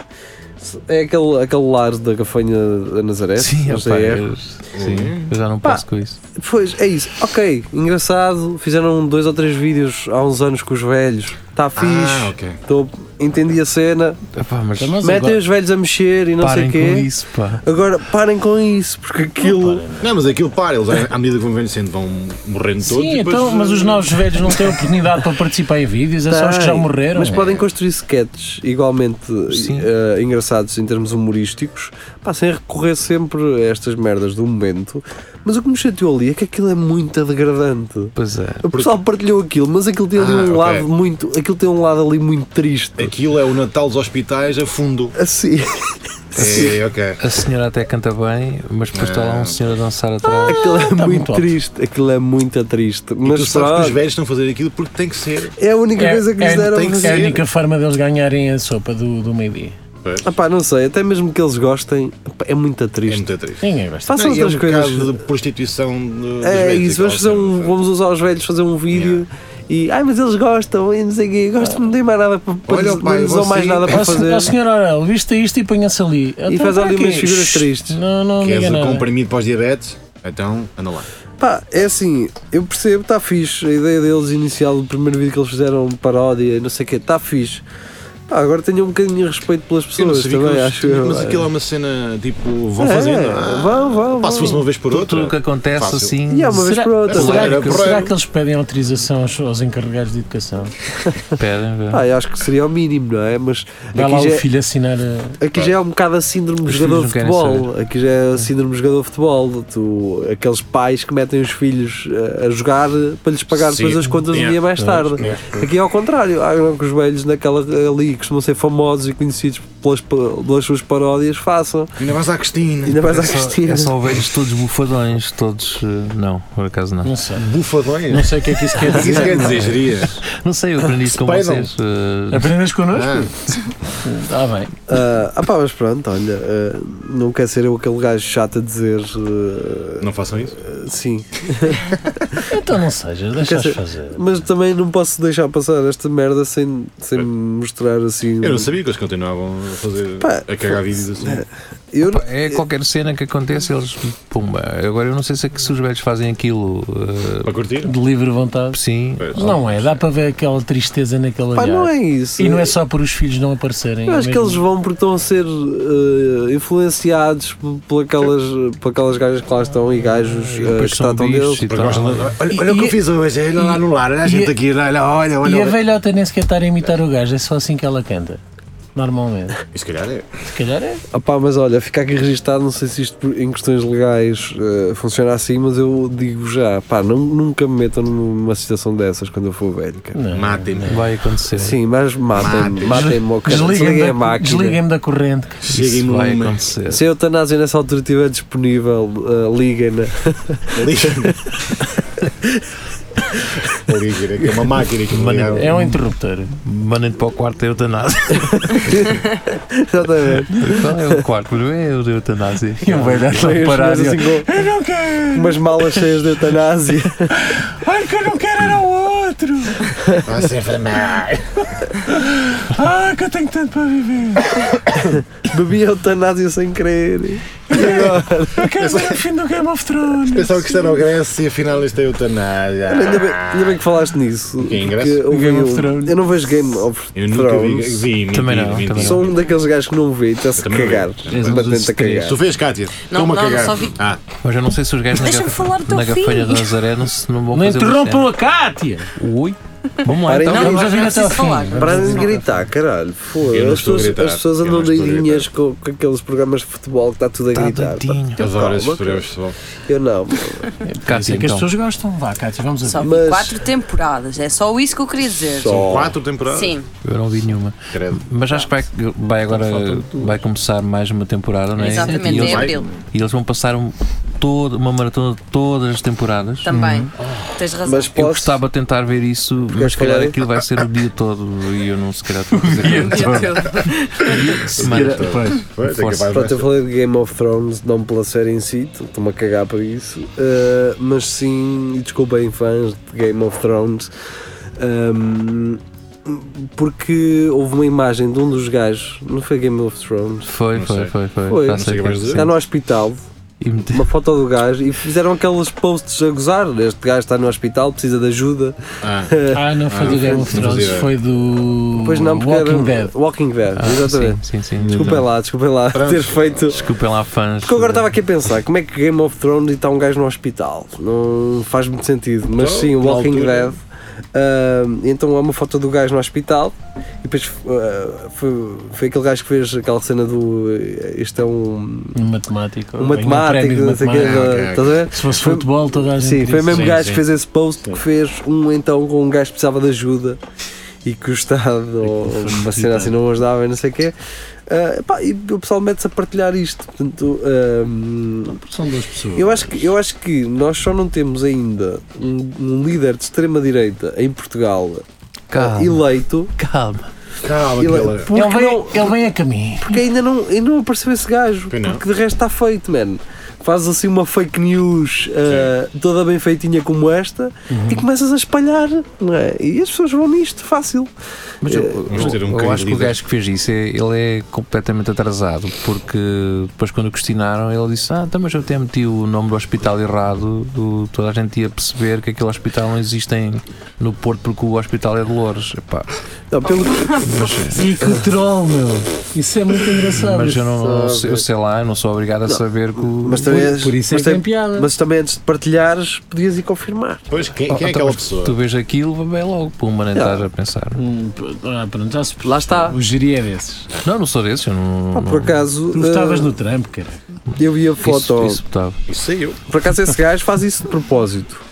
É aquele, aquele lar da gafanha da Nazaré.
Sim, um
não
opa,
sei, é.
eu, sim, eu já não
Pá.
passo com isso.
Pois, é isso. Ok, engraçado. Fizeram dois ou três vídeos há uns anos com os velhos. Está fixe.
Ah, ok.
Tô- entendi a cena.
Epá, mas
Então, mas
Metem
agora-
os velhos a mexer e não sei
parem
o quê.
com isso, pá.
Agora parem com isso, porque aquilo.
Não, mas aquilo para, eles à medida que vão envelhecendo vão morrendo todos.
Sim,
e depois-
então, mas os novos velhos não têm oportunidade para participar em vídeos, é só os que já
Tem,
morreram.
Mas
É.
podem construir sketches igualmente
Sim.
eh, engraçados em termos humorísticos, pá, sem recorrer sempre a estas merdas do momento. Mas o que me chateou ali é que aquilo é muito degradante.
Pois é.
O pessoal partilhou aquilo, mas aquilo tem ali
Ah,
um
ok.
lado muito. Aquilo tem um lado ali muito triste.
Aquilo é o Natal dos hospitais a fundo.
Assim.
É, ok.
A senhora até canta bem, mas depois está
É.
lá um senhor a dançar atrás.
Ah,
Aquilo
tá
é muito,
muito alto.
triste, aquilo é muito triste.
Mas tu
Mas
sabes
pronto,
que os velhos estão a fazer aquilo porque tem que ser.
é a única coisa que lhes deram
tem
a
que ser. É a
fazer.
única forma deles ganharem a sopa do, do meio-dia.
Ah pá, não sei, até mesmo que eles gostem, pá, é muito
É
triste.
muito triste.
Ninguém gosta.
Façam
Não, e é um
outras coisas.
bocado de prostituição de, dos
É
velhos,
isso, vamos, fazer
aquela
um,
cena.
vamos usar os velhos fazer um vídeo e. Ai, mas eles gostam e não sei o quê, gostam, não tem mais nada para para-
Ah. Olha,
não
pai,
lhes dão
você-
mais nada
Ó,
para
sen- ó,
fazer.
senhor Aurel, vista isto e ponha-se ali. Então,
faz
para
ali
é
quê?
umas figuras
Shhh,
tristes.
Não, não diga
Queres um
nada.
comprimido para os diabetes? Então, anda lá.
Pá, é assim, eu percebo, está fixe. A ideia deles inicial, do primeiro vídeo que eles fizeram, paródia, não sei o quê, está fixe. Pá, agora tenho um bocadinho de respeito pelas
Eu não
pessoas
sabia que
também,
eles-
acho eu.
Mas aquilo é uma cena tipo, vão
É,
fazendo.
vão, vão,
Pá, se fosse
vão.
uma vez por outra.
Tudo o que acontece
Fácil.
assim,
E é uma vez
Será-
por outra.
Será-
não é?
Era
Será, será
porreiro.
que eles pedem autorização aos, aos encarregados de educação?
pedem, vê.
Pá, eu acho que seria o mínimo, não é? Mas
Vai lá
um
aqui já,
o filho assinar a...
Aqui já é um bocado a síndrome
Os
de jogador de
filhos não querem
futebol. Aqui já é a síndrome de jogador de futebol. Tu, aqueles pais que metem os filhos eh, a jogar eh, para lhes pagar
Sim.
depois as contas um
Yeah.
dia mais tarde. Aqui é ao contrário. Há que os velhos naquela ali costumam ser famosos e conhecidos pelas, pa- pelas suas paródias. Façam.
Ainda vais à Cristina.
Ainda mais à
Só-
Cristina.
É só velhos todos bufadões, todos. eh, Não, por acaso não.
Não sei.
Bufadões.
Não sei o que é que isso quer
O que isso
dizer.
quer dizer, Jeria?
Não sei, eu aprendi isso com
Spider-Man.
vocês. eh,
Aprendes connosco?
Ah,
Está bem.
Ah, ah pá, mas pronto, olha. ah, não quer ser eu aquele gajo chato a dizer ah,
não façam isso.
sim.
Então não sejas,
Quer
deixas
dizer,
fazer.
Mas também não posso deixar passar esta merda sem, sem mostrar assim.
É. Eu não sabia que eles continuavam a fazer.
Pá,
a cagar vídeos assim.
Eu não-
Pá, É qualquer cena que acontece, eles. Pumba. Agora eu não sei se, é que, se os velhos fazem aquilo. eh,
Para curtir?
De livre vontade.
sim.
Pois.
Não é, dá para ver aquela tristeza naquele
Pá,
olhar.
não é isso.
E não é só por os filhos não aparecerem.
Eu
é
acho que
mesmo-
eles vão porque estão a ser eh, influenciados por, por aquelas, por aquelas gajas que lá estão e gajos
E
eh, que
depois são
tratam
bichos
deles.
e
Porque
tal.
gostam de- Olha, olha o
E-
que eu fiz hoje, olha lá no lar, olha a gente
e-
aqui, olha, olha, olha.
E a
olha.
velhota nem sequer está a imitar o gajo, é só assim que ela canta. normalmente.
E se calhar é.
Se calhar é.
Opá, Ah, mas olha, fica aqui registado, não sei se isto por- em questões legais eh, funciona assim, mas eu digo já, pá, não- nunca me metam numa situação dessas quando eu for velho, cara.
Não. é.
Matem-me.
Vai acontecer.
Sim, mas matem-me,
Matem.
matem-me, ó, cara, desliguem a
Desliguem-me da,
máquina.
desliguem-me da corrente. cara.
Cheguem-me
Isso vai
numa.
acontecer.
Se a eutanásia nessa altura estiver disponível, eh, liguem-na.
Liga-me. Liga-me, que é uma máquina que me ligava.
É um interruptor.
Mandem-te para o quarto da eutanásia.
Exatamente.
Qual é o quarto? Primeiro é o da eutanásia.
E o velho
Mas
a parar. e
assim, com
Eu não quero!
umas malas cheias de eutanásia.
Ai, que eu não quero era o outro!
Vai ser vermelho.
Ah, que eu tenho tanto para viver!
Bebi eutanásia sem querer.
Eu quero ver é o fim do Game of Thrones!
Pensava que isto era o Grécia e afinal isto é eutanásia.
Olha, Ainda bem, ainda bem que falaste nisso.
Que é
porque
engraçado.
houve
Game
um-
of Thrones.
Eu não vejo Game of
Eu nunca vi.
Thrones.
vi mentira,
Também não,
mentira.
também
Sou um daqueles gajos que não vê e está-se a
Também não
cagar.
vi.
És um dos
Batente a
três.
cagar.
Tu vês, Cátia?
Não,
Toma
não,
cagar.
só vi-
Ah,
Mas eu não sei se os gajos na,
Deixa-me
gaf-
falar do teu
na gafanha
filho.
de Nazaré não, se, não vão
Não
fazer
interrompam a Cátia!
Ui, vamos lá
Parem-
tá
então.
Não,
Vamos
não,
ouvir
não
até ao
preciso
fim.
falar.
Vamos
Para de
ouvir.
gritar, caralho, foda-se.
Eu não
As,
estou a
pessoas-
gritar,
as pessoas
eu não
andam
estou a
doidinhas com, com aqueles programas de futebol que está tudo a
Está
gritar.
doidinho.
as horas
Calma,
superiores vão.
Eu não.
Por isso é
Cátia,
que as
então.
pessoas gostam. Vá, Cátia, vamos
Só
a
vi
Mas-
quatro temporadas. É só isso que eu queria dizer.
Só.
Quatro temporadas?
Sim.
então. Eu não vi nenhuma.
Credo.
Mas acho que vai, vai agora vai começar mais uma temporada, não é?
Exatamente,
E
em
eles,
vai-
abril.
e eles vão passar um- todo- uma maratona de todas as temporadas.
Também. Tens razão.
Mas
Eu
posso.
gostava de tentar ver isso, mas se
se calhar-
calhar aquilo vai ser o dia todo e eu não se calhar estou a fazer nada. Dia de semana.
Pois, é
Força.
capaz
Pronto, eu
de
falei de Game of Thrones, não pela série em si, estou-me a cagar por isso, eh, mas sim, e desculpem fãs de Game of Thrones, ehm, porque houve uma imagem de um dos gajos, não foi Game of Thrones,
Foi,
Não
foi,
sei.
foi, foi.
Foi.
Já
Não
sei o que
quem
vais dizer.
é.
está no hospital,
E meti-
uma foto do gajo, e fizeram aqueles posts a gozar, este gajo está no hospital, precisa de ajuda,
Ah,
Ah, não foi
Ah,
do Game of
não
Thrones,
fazia.
foi do.
pois não, porque
Walking
era
Dead.
Walking Dead,
Ah,
exatamente,
Sim, sim, sim.
desculpem lá, desculpem lá,
Pronto.
ter feito...
Desculpem lá, fãs.
Porque eu agora estava aqui a pensar, como é que Game of Thrones e está um gajo no hospital? Não faz muito sentido, mas
Então,
sim, o
na
Walking
altura.
Dead. ahm, então há uma foto do gajo no hospital e depois ah, foi, foi aquele gajo que fez aquela cena do eh, este é um,
Um matemático.
Ah,
um
ganhou o
matemático,
prémio de
não sei o quê,
matemática.
Ah, ok,
estás a ver?
Se fosse
Foi-
futebol, toda a gente.
Sim, foi o
queria
mesmo um
Sim,
gajo
sim.
que fez esse post que fez um então com um gajo que precisava de ajuda e que o Estado ou uma cena assim não ajudava e não sei o quê. Ah, pá, e o pessoal mete-se a partilhar isto. Portanto, ahm,
saber. São duas pessoas.
eu acho, que, eu acho que nós só não temos ainda um, um líder de extrema-direita em Portugal
Calma.
eleito
Calma.
calma,
Ele-
aquela.
porque,
ele, vem,
não-
ele vem a caminho.
porque ainda não, ainda não apareceu esse gajo.
Pois não.
Porque de resto está feito, man. Fazes assim uma fake news ah, toda bem feitinha como esta e começas a espalhar, não é? E as pessoas vão nisto, fácil.
Mas eu, eu-
Vamos ter um
eu
bocadinho
acho
de
que o
líder.
gajo que fez isso, é- ele é completamente atrasado, porque depois quando o questionaram, ele disse, ah, então, mas eu até meti o nome do hospital errado, do- toda a gente ia perceber que aquele hospital não existe em- no Porto porque o hospital é de Loures. Epá,
Não, pelo que-
E que troll, meu. Isso é muito engraçado.
mas eu não, não sei- eu sei lá, eu não sou obrigado a saber que o...
mas, também és-
Por isso é
mas,
que tem
tam-
piada.
mas também antes de partilhares, podias ir confirmar.
Pois, quem,
Ah,
Oh,
tá,
quem é
então,
aquela
mas
pessoa?
Tu vês aquilo, bem logo, puma, nem
Não.
estás a pensar.
Hum, p- ah, pronto, já se
Lá está.
O giri é desses.
Não, não sou desses, eu não...
Ah,
não-
por acaso,
Tu estavas
ah,
no Trump, cara.
eu vi a
isso-
foto.
isso tá. botava.
Isso sei eu.
Por acaso esse gajo faz isso de propósito.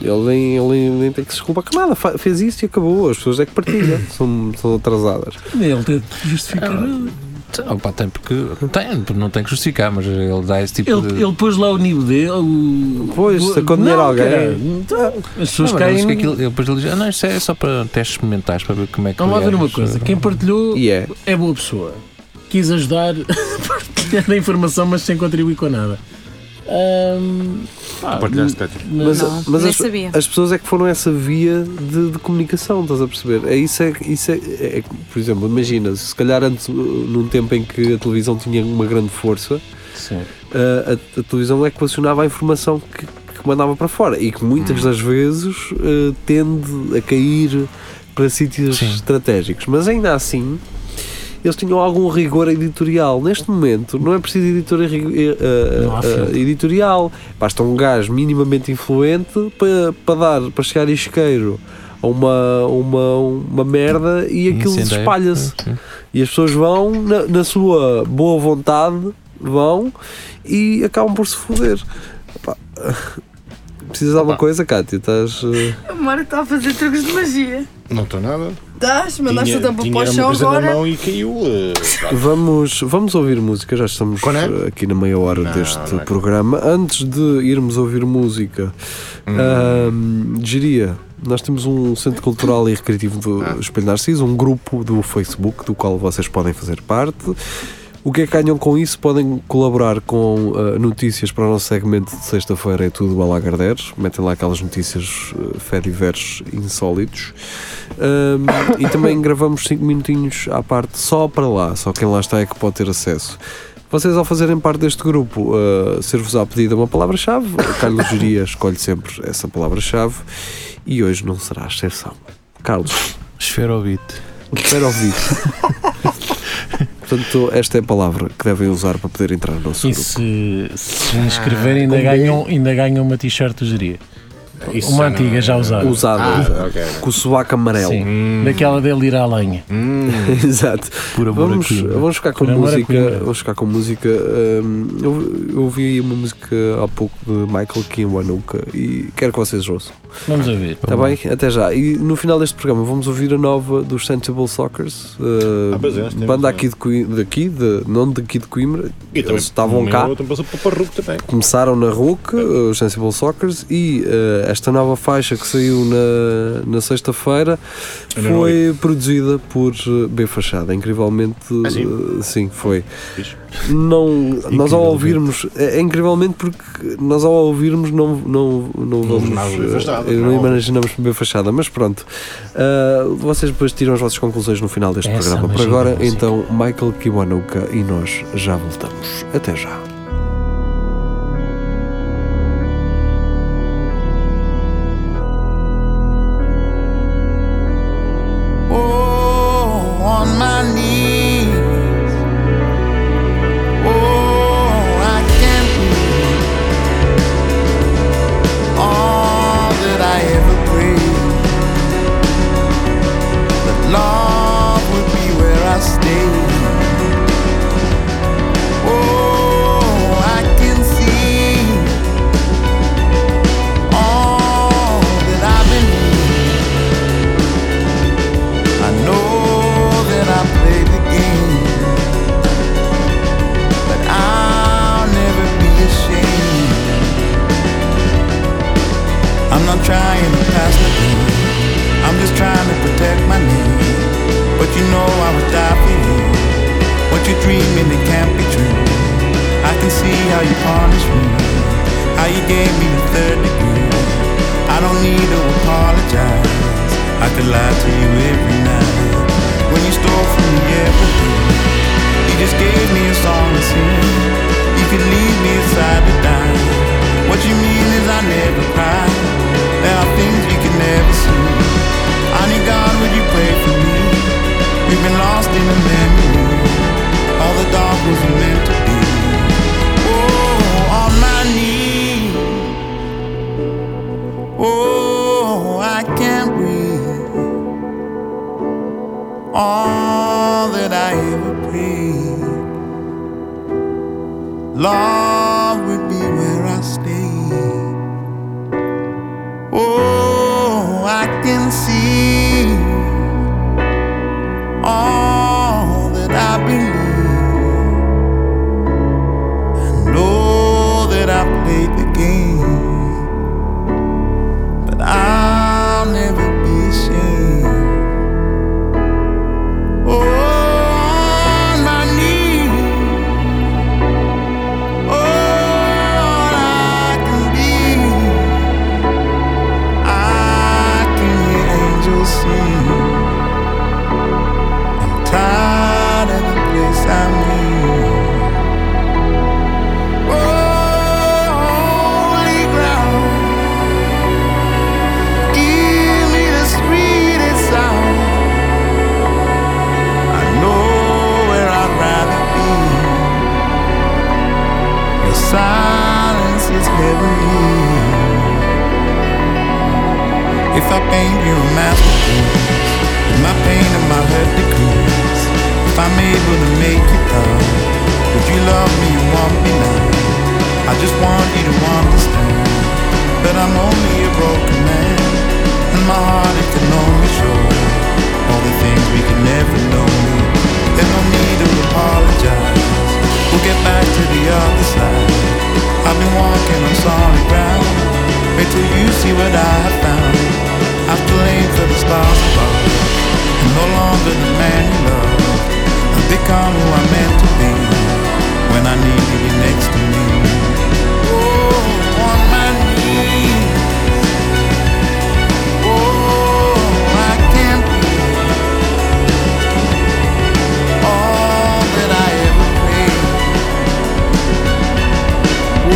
Ele nem, ele nem tem que se desculpar com nada. Fa- Fez isso e acabou. As pessoas é que partilham. São, são atrasadas.
Ele teve que justificar.
Não, Então, pá, tem porque. Tem, não tem que justificar, mas ele dá esse tipo
Ele,
de.
ele pôs lá o nível dele. O...
Pois,
o-
sacou dinheiro a
Não,
alguém.
cara, então, As
Não,
pessoas
mas ele
caem.
diz que aquilo- ele depois ele diz, "Ah, não, isto é só para testes mentais, para ver como é que.
Vamos lá ver
reages."
uma coisa. Quem partilhou
E é.
é boa pessoa. Quis ajudar a partilhar a informação, mas sem contribuir com nada. Ahm, pá,
Partilhaste, Cátia.
Mas,
mas-
Não,
mas
nem
as,
sabia.
as pessoas é que foram essa via de, de comunicação, estás a perceber? É isso é, isso é, é- é- por exemplo, imagina, se calhar antes, uh, num tempo em que a televisão tinha uma grande força,
Sim.
uh, a, a televisão equacionava a informação que, que mandava para fora e que muitas das vezes uh, tende a cair para sítios
Sim.
estratégicos. Mas ainda assim, eles tinham algum rigor editorial. Neste momento, não é preciso editora, rig- eh, eh,
Não há
eh,
filtro.
editorial. Basta um gajo minimamente influente para, para dar, para chegar isqueiro a uma, uma, uma merda e aquilo
Incendeio.
espalha-se.
Sim, sim.
E as pessoas vão, na, na sua boa vontade, vão e acabam por se foder. Pá. Precisas de alguma
Opa.
coisa, Cátia? Estás. eh,
A Mara está a fazer truques de magia.
Não estou nada.
Estás, mandaste a
tinha,
tampa
tinha
para o
era uma
chão
coisa na
agora.
mão e caiu. eh, pá.
Vamos, vamos ouvir música, já estamos
Quando é?
eh, aqui na meia hora
Não,
deste
não é.
programa. Antes de irmos ouvir música,
Hum.
ahm, diria, nós temos um Centro Cultural e Recreativo do
Ah.
Espelho Narciso, um grupo do Facebook do qual vocês podem fazer parte. O que é que ganham com isso? Podem colaborar com ah, notícias para o nosso segmento de sexta-feira, é tudo Alagarderes. Metem lá aquelas notícias ah, fé diversos insólitos. Um, e também gravamos 5 minutinhos à parte só para lá, só quem lá está é que pode ter acesso. Vocês, ao fazerem parte deste grupo, uh, ser-vos-á pedida uma palavra-chave. O Carlos Geria escolhe sempre essa palavra-chave e hoje não será a exceção. Carlos,
Esferovite.
espero ouvir. Portanto, esta é a palavra que devem usar para poder entrar no nosso
E
grupo.
se se inscreverem,
Ah,
ainda ganham, ainda ganham uma t-shirt do geria.
Isso
Uma
já não-
antiga já usada.
Ah,
Usada,
ok.
com o sovaco amarelo.
Sim, daquela dele ir à lenha.
Exato.
Por amor a
vamos,
Coimbra.
vamos ficar com
Por amor a
música.
Coimbra.
Vamos ficar com música. hum, eu, eu ouvi aí uma música há pouco de Michael Kiwanuka e quero que vocês ouçam.
Vamos ouvir.
Está bem? Até já. E no final deste programa vamos ouvir a nova dos Sensible Sockers. uh,
Ah, pois é, nós temos,
banda
não é?
aqui de Coimbra, daqui, de, não daqui de Coimbra.
E também um
Eles estavam
meu,
cá.
Também passou para o Parruco também.
Começaram na RUC, uh, os Sensible Sockers, e uh, esta nova faixa que saiu na, na sexta-feira
Ainda não
foi produzida por uh, B Fachada. Incrivelmente,
Ah, sim?
uh, sim, foi.
Fixe.
não nós ao
Incrivelmente.
ouvirmos é, é incrivelmente porque nós ao ouvirmos não não não vamos
imaginamos
eh,
bem fachada,
eh, não
não.
imaginamos bem fachada mas pronto Ah, vocês depois tiram as vossas conclusões no final deste
Essa
programa por
magia da
agora
música.
então Michael Kiwanuka e nós já voltamos até já
Oh, on my knees. Oh, I can't believe all that I ever prayed. That love would be where I stay. Oh, I can see all that I've been. I know that I played the game, but I'll never be ashamed. I'm not trying to pass the pain, I'm just trying to protect my name. But you know I would die for you. What you're dreaming, it can't be true. I can see how you punished me, how you gave me the third degree. I don't need to apologize. I could lie to you every night. When you stole from me everything, you just gave me a song to sing. You could leave me aside to die. What you mean is I never cry. There are things you can never see. I need God, would you pray for me? We've been lost in a memory. All the dark was meant to be. Oh, on my knees. Oh, I can't breathe. All that I ever prayed, love would be where I stay. Oh, I can see all that I believe. I know that I played the game but I'll never be ashamed. Oh, on my knees, oh, all I can be, I can hear angels sing. I'm tired of the place I'm in. Oh, holy ground. Give me the sweetest sound. I know where I'd rather be. Your silence is heavenly. If I paint you a masterpiece, if my pain and my hurt decrease, if If I'm able to make it up, would you love me and want me now? I just want you to understand that I'm only a broken man, and my heart it can only show all the things we can never know. There's no need to apologize. We'll get back to the other side. I've been walking on solid ground. Wait till you see what I have found. I still aim for the stars above. I'm no longer the man you love. I've become who I meant to be when I needed you next to me. Oh, on my knees. Oh, I can't be all that I ever prayed. Oh,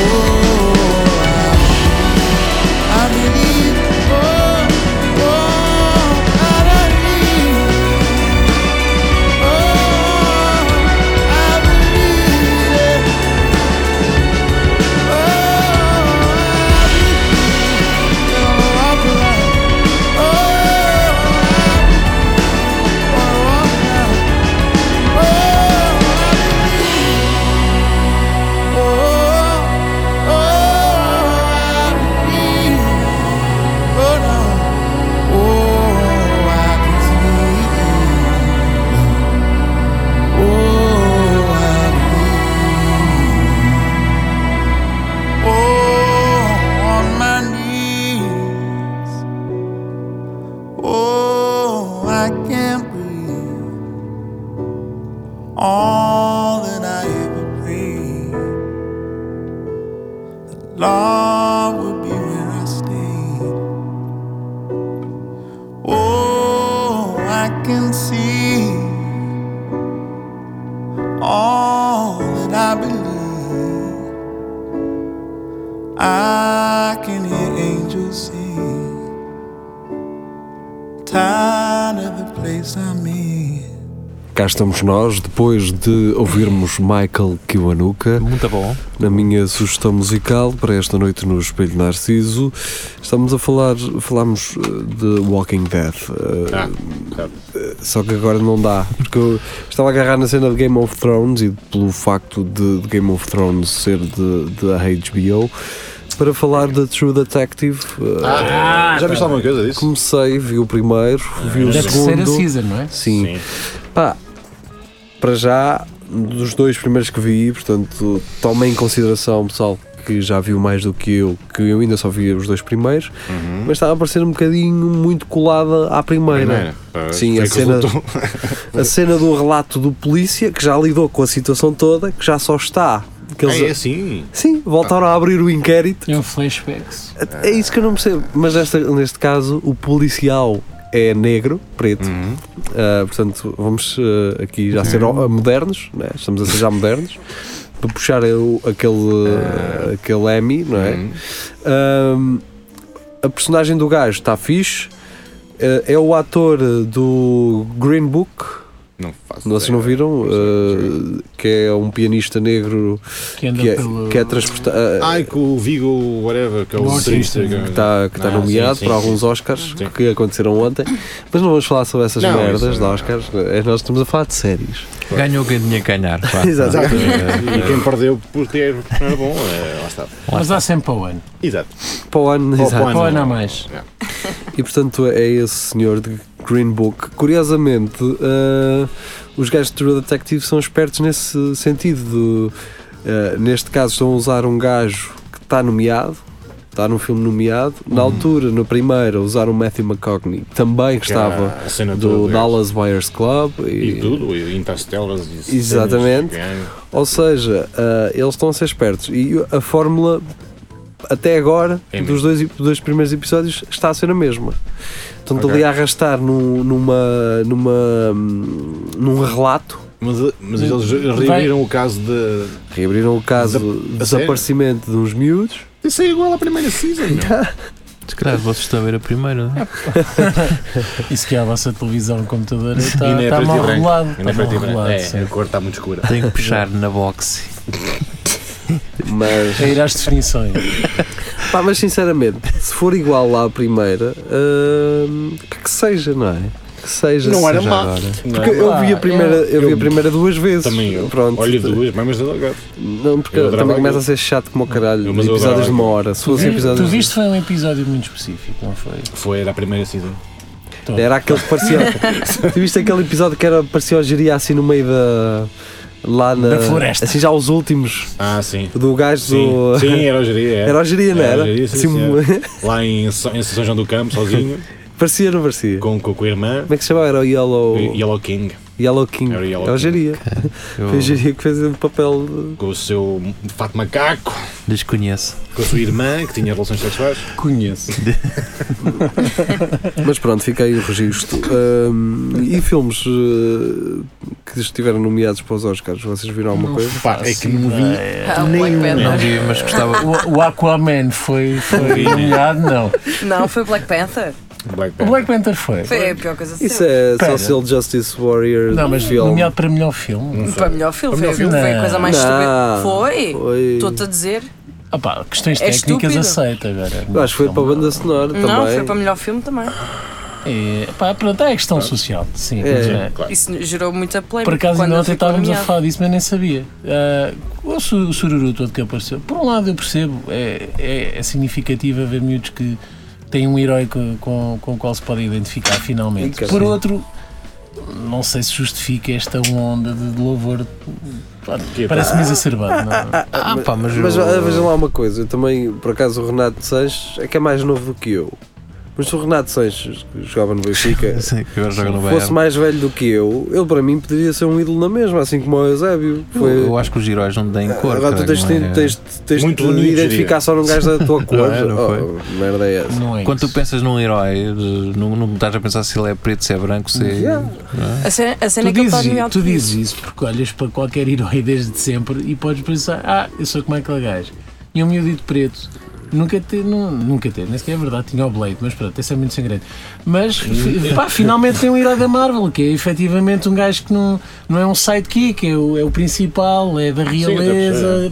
I, I believe. Oh, oh, I believe. Oh, I believe. it. Oh, I believe. Oh, I belong. Oh, I, oh, I Oh, I can't breathe all that I ever prayed. The Lord would be where I stayed. Oh, I can see all that I believe. I can hear angels sing. Tired of the place I'm in.
Cá estamos nós, depois de ouvirmos Michael Kiwanuka
Muito bom.
na minha sugestão musical para esta noite no Espelho Narciso. Estamos a falar, falámos eh, de Walking Dead, eh,
Ah, claro.
só que agora não dá, porque eu estava a agarrar na cena de Game of Thrones e pelo facto de, de Game of Thrones ser de, de HBO, para falar de True Detective. eh,
Ah. Já viste alguma coisa disso?
Comecei, vi o primeiro, vi o
Da terceira
assim.
segundo.
season, não é?
Sim. Pá, para já, dos dois primeiros que vi, portanto, tomem em consideração, pessoal, que já viu mais do que eu, que eu ainda só vi os dois primeiros,
Uhum.
mas estava a parecer um bocadinho muito colada à primeira.
Primeira. Pois,
Sim,
foi
a
que
cena,
resultou.
a cena do relato do polícia, que já lidou com a situação toda, que já só está. Que eles,
É assim.
Sim, voltaram a abrir o inquérito.
Tem um flashbacks.
É isso que eu não percebo. Mas nesta- neste caso, o policial é negro, preto.
Uhum.
Ah, portanto, vamos ah, aqui já ser o- modernos, né? estamos a ser já modernos, para puxar o- aquele, ah, aquele Emmy, não
Uhum.
é?
Hum,
Ahm, a personagem do gajo está fixe. Ah, é o ator do Green Book.
Não faço.
Vocês
ideia.
não viram? Ah, que é um pianista negro
Que anda
que é,
pelo.
que é transportado.
Ai, que o Vigo, whatever, que é o
Mortensen,
motorista.
que
Que
está que tá
Ah,
nomeado
sim, sim,
para
sim.
alguns Oscars
Sim.
que aconteceram ontem, mas não vamos falar sobre essas
Não,
merdas
isso
de
não.
Oscars, é, nós estamos a falar de séries.
Ganhou quem tinha que ganhar. pá.
E quem perdeu por ter. Não era bom. É, lá está.
Mas dá sempre para o ano.
Exato.
Para o ano,
Para o
exato.
Para o ano há mais.
E portanto é esse senhor de Green Book. Curiosamente, ah, os gajos de True Detective são espertos nesse sentido. de, ah, neste caso, estão a usar um gajo que está nomeado. Está num filme nomeado. Na
Uhum.
altura, no primeiro, usaram o Matthew McCogney, também que
Que
estava
era a cena
do
toda,
Dallas Buyers Club.
E tudo, e Interstellar. e
Exatamente.
cenas,
Ou seja, ah, eles estão a ser espertos. E a fórmula, até agora,
É
dos dois, dois primeiros episódios, está a ser a mesma. Estão-te
Ok.
ali a arrastar num, numa, numa, hum, num relato.
Mas, mas eles reabriram o caso de.
Reabriram o caso
Desa-
do
a sério?
desaparecimento de uns miúdos.
Isso é igual à primeira season. meu.
Se calhar vocês estão a ver a primeira. não é?
Isso que é a vossa televisão computadora
E
está,
não é
está
preto e
tá mal
branco.
regulado.
E não
Está
é
mal
preto e branco.
regulado.
É,
sim.
a cor está muito escura.
Tenho que puxar na boxe.
Mas,
A É ir às definições.
pá, mas sinceramente, se for igual lá à primeira, hum, que, que ehm, seja, não é? Que que seja.
Não era
seja
má.
agora.
Não é?
Porque eu vi a
Ah,
primeira, eu vi a primeira duas vezes.
é. Também eu.
Pronto.
Olha duas, mas é mas adoro gato.
Não, porque
Eu adorava
também começa
aquilo.
a ser chato como o caralho.
Eu- mas eu
episódios de
adorava
uma hora. Se
Tu,
fossem
vi, tu
é
episódios.
viste foi um episódio muito específico, não foi?
Foi era a primeira season.
Era aquele que parecia. tu viste aquele episódio que era, parecia o geria assim no meio da. Lá na.
Da floresta.
Assim já os últimos.
Ah, sim.
Do gajo
Sim,
do.
sim era o Jeria.
Era o geria, não
Era
era?
o Geria, sim,
Assim,
senhor. Lá em, São- em São João do Campo, sozinho,
parecia, não parecia?
com, com, com a irmã,
Como é que se chamava? Era o Yellow,
Yellow King,
Yellow King.
Era o Yellow
é o
King.
geria.
Eu
Foi o geria que fez o papel. de-
com o seu fato macaco,
desconheço.
com a sua irmã, que tinha relações sexuais.
Conheço.
Mas pronto, fica aí o registro. Ahm, e filmes eh, que estiveram nomeados para os Oscars, vocês viram alguma coisa?
Pá, é que não vi.
Ah, o Black
Não
Panther.
vi, mas gostava.
O, o Aquaman foi, foi nomeado, não.
Não, foi Black Panther.
Black
O
Panther.
Black Panther foi.
Foi a pior coisa de
Isso
sempre.
é Social Justice Warrior
Não,
um
mas
filme.
nomeado para melhor filme.
Para melhor filme,
Para
foi,
melhor filme,
foi
não.
a coisa mais
Não.
estúpida. Foi?
Foi-
Estou-te a dizer.
Ah pá, questões
É
técnicas
estúpido.
aceita agora.
Acho que foi para a banda sonora
Não,
também.
foi para melhor filme também.
Ah, É, pá, pronto, é a questão social. Sim,
É.
já.
Isso gerou muita polémica.
Por acaso
quando
ainda ontem
ficou
estávamos a
nomeado.
falar disso, mas nem sabia. Ah, o su- o sururu todo que apareceu. Por um lado eu percebo, é, é, é significativo haver miúdos que têm um herói com, com, com o qual se podem identificar finalmente.
Sim,
Por
sim.
outro, não sei se justifica esta onda de, de louvor. Pá,
Que-
Parece-me exacerbado. não é?
Ah, pá, mas.
Mas
eu-
ah, vejam lá uma coisa, eu também, por acaso, o Renato Sanches é que é mais novo do que eu. Mas se o Renato Sanches, que jogava no Benfica,
Sim, que agora joga no
fosse
Bayern.
mais velho do que eu, ele para mim poderia ser um ídolo na mesma, assim como o Eusébio. Foi-
Eu acho que os heróis não têm cor.
Agora tu
caralho,
tens,
não
de-
é?
tens, de- tens
Muito
de
bonito,
identificar só num gajo da tua cor.
Não é, não foi?
Oh, merda é essa.
Não é
Quando tu
isso.
pensas num herói, eh, não, não estás a pensar se ele é preto, se é branco, se é.
Yeah.
A cena, a cena
Tu
é que ele está
dizes,
nomeado.
tu
por isso.
dizes isso porque olhas para qualquer herói desde sempre e podes pensar, ah, eu sou como aquele gajo. E um miúdito preto. Nunca teve, nu- nunca teve, nem sequer é verdade, tinha o Blade, mas pronto, esse é muito sangrento. Mas, fi- pá, finalmente tem um herói da Marvel, que é efetivamente um gajo que não, não é um sidekick, é o, é o principal, é da realeza.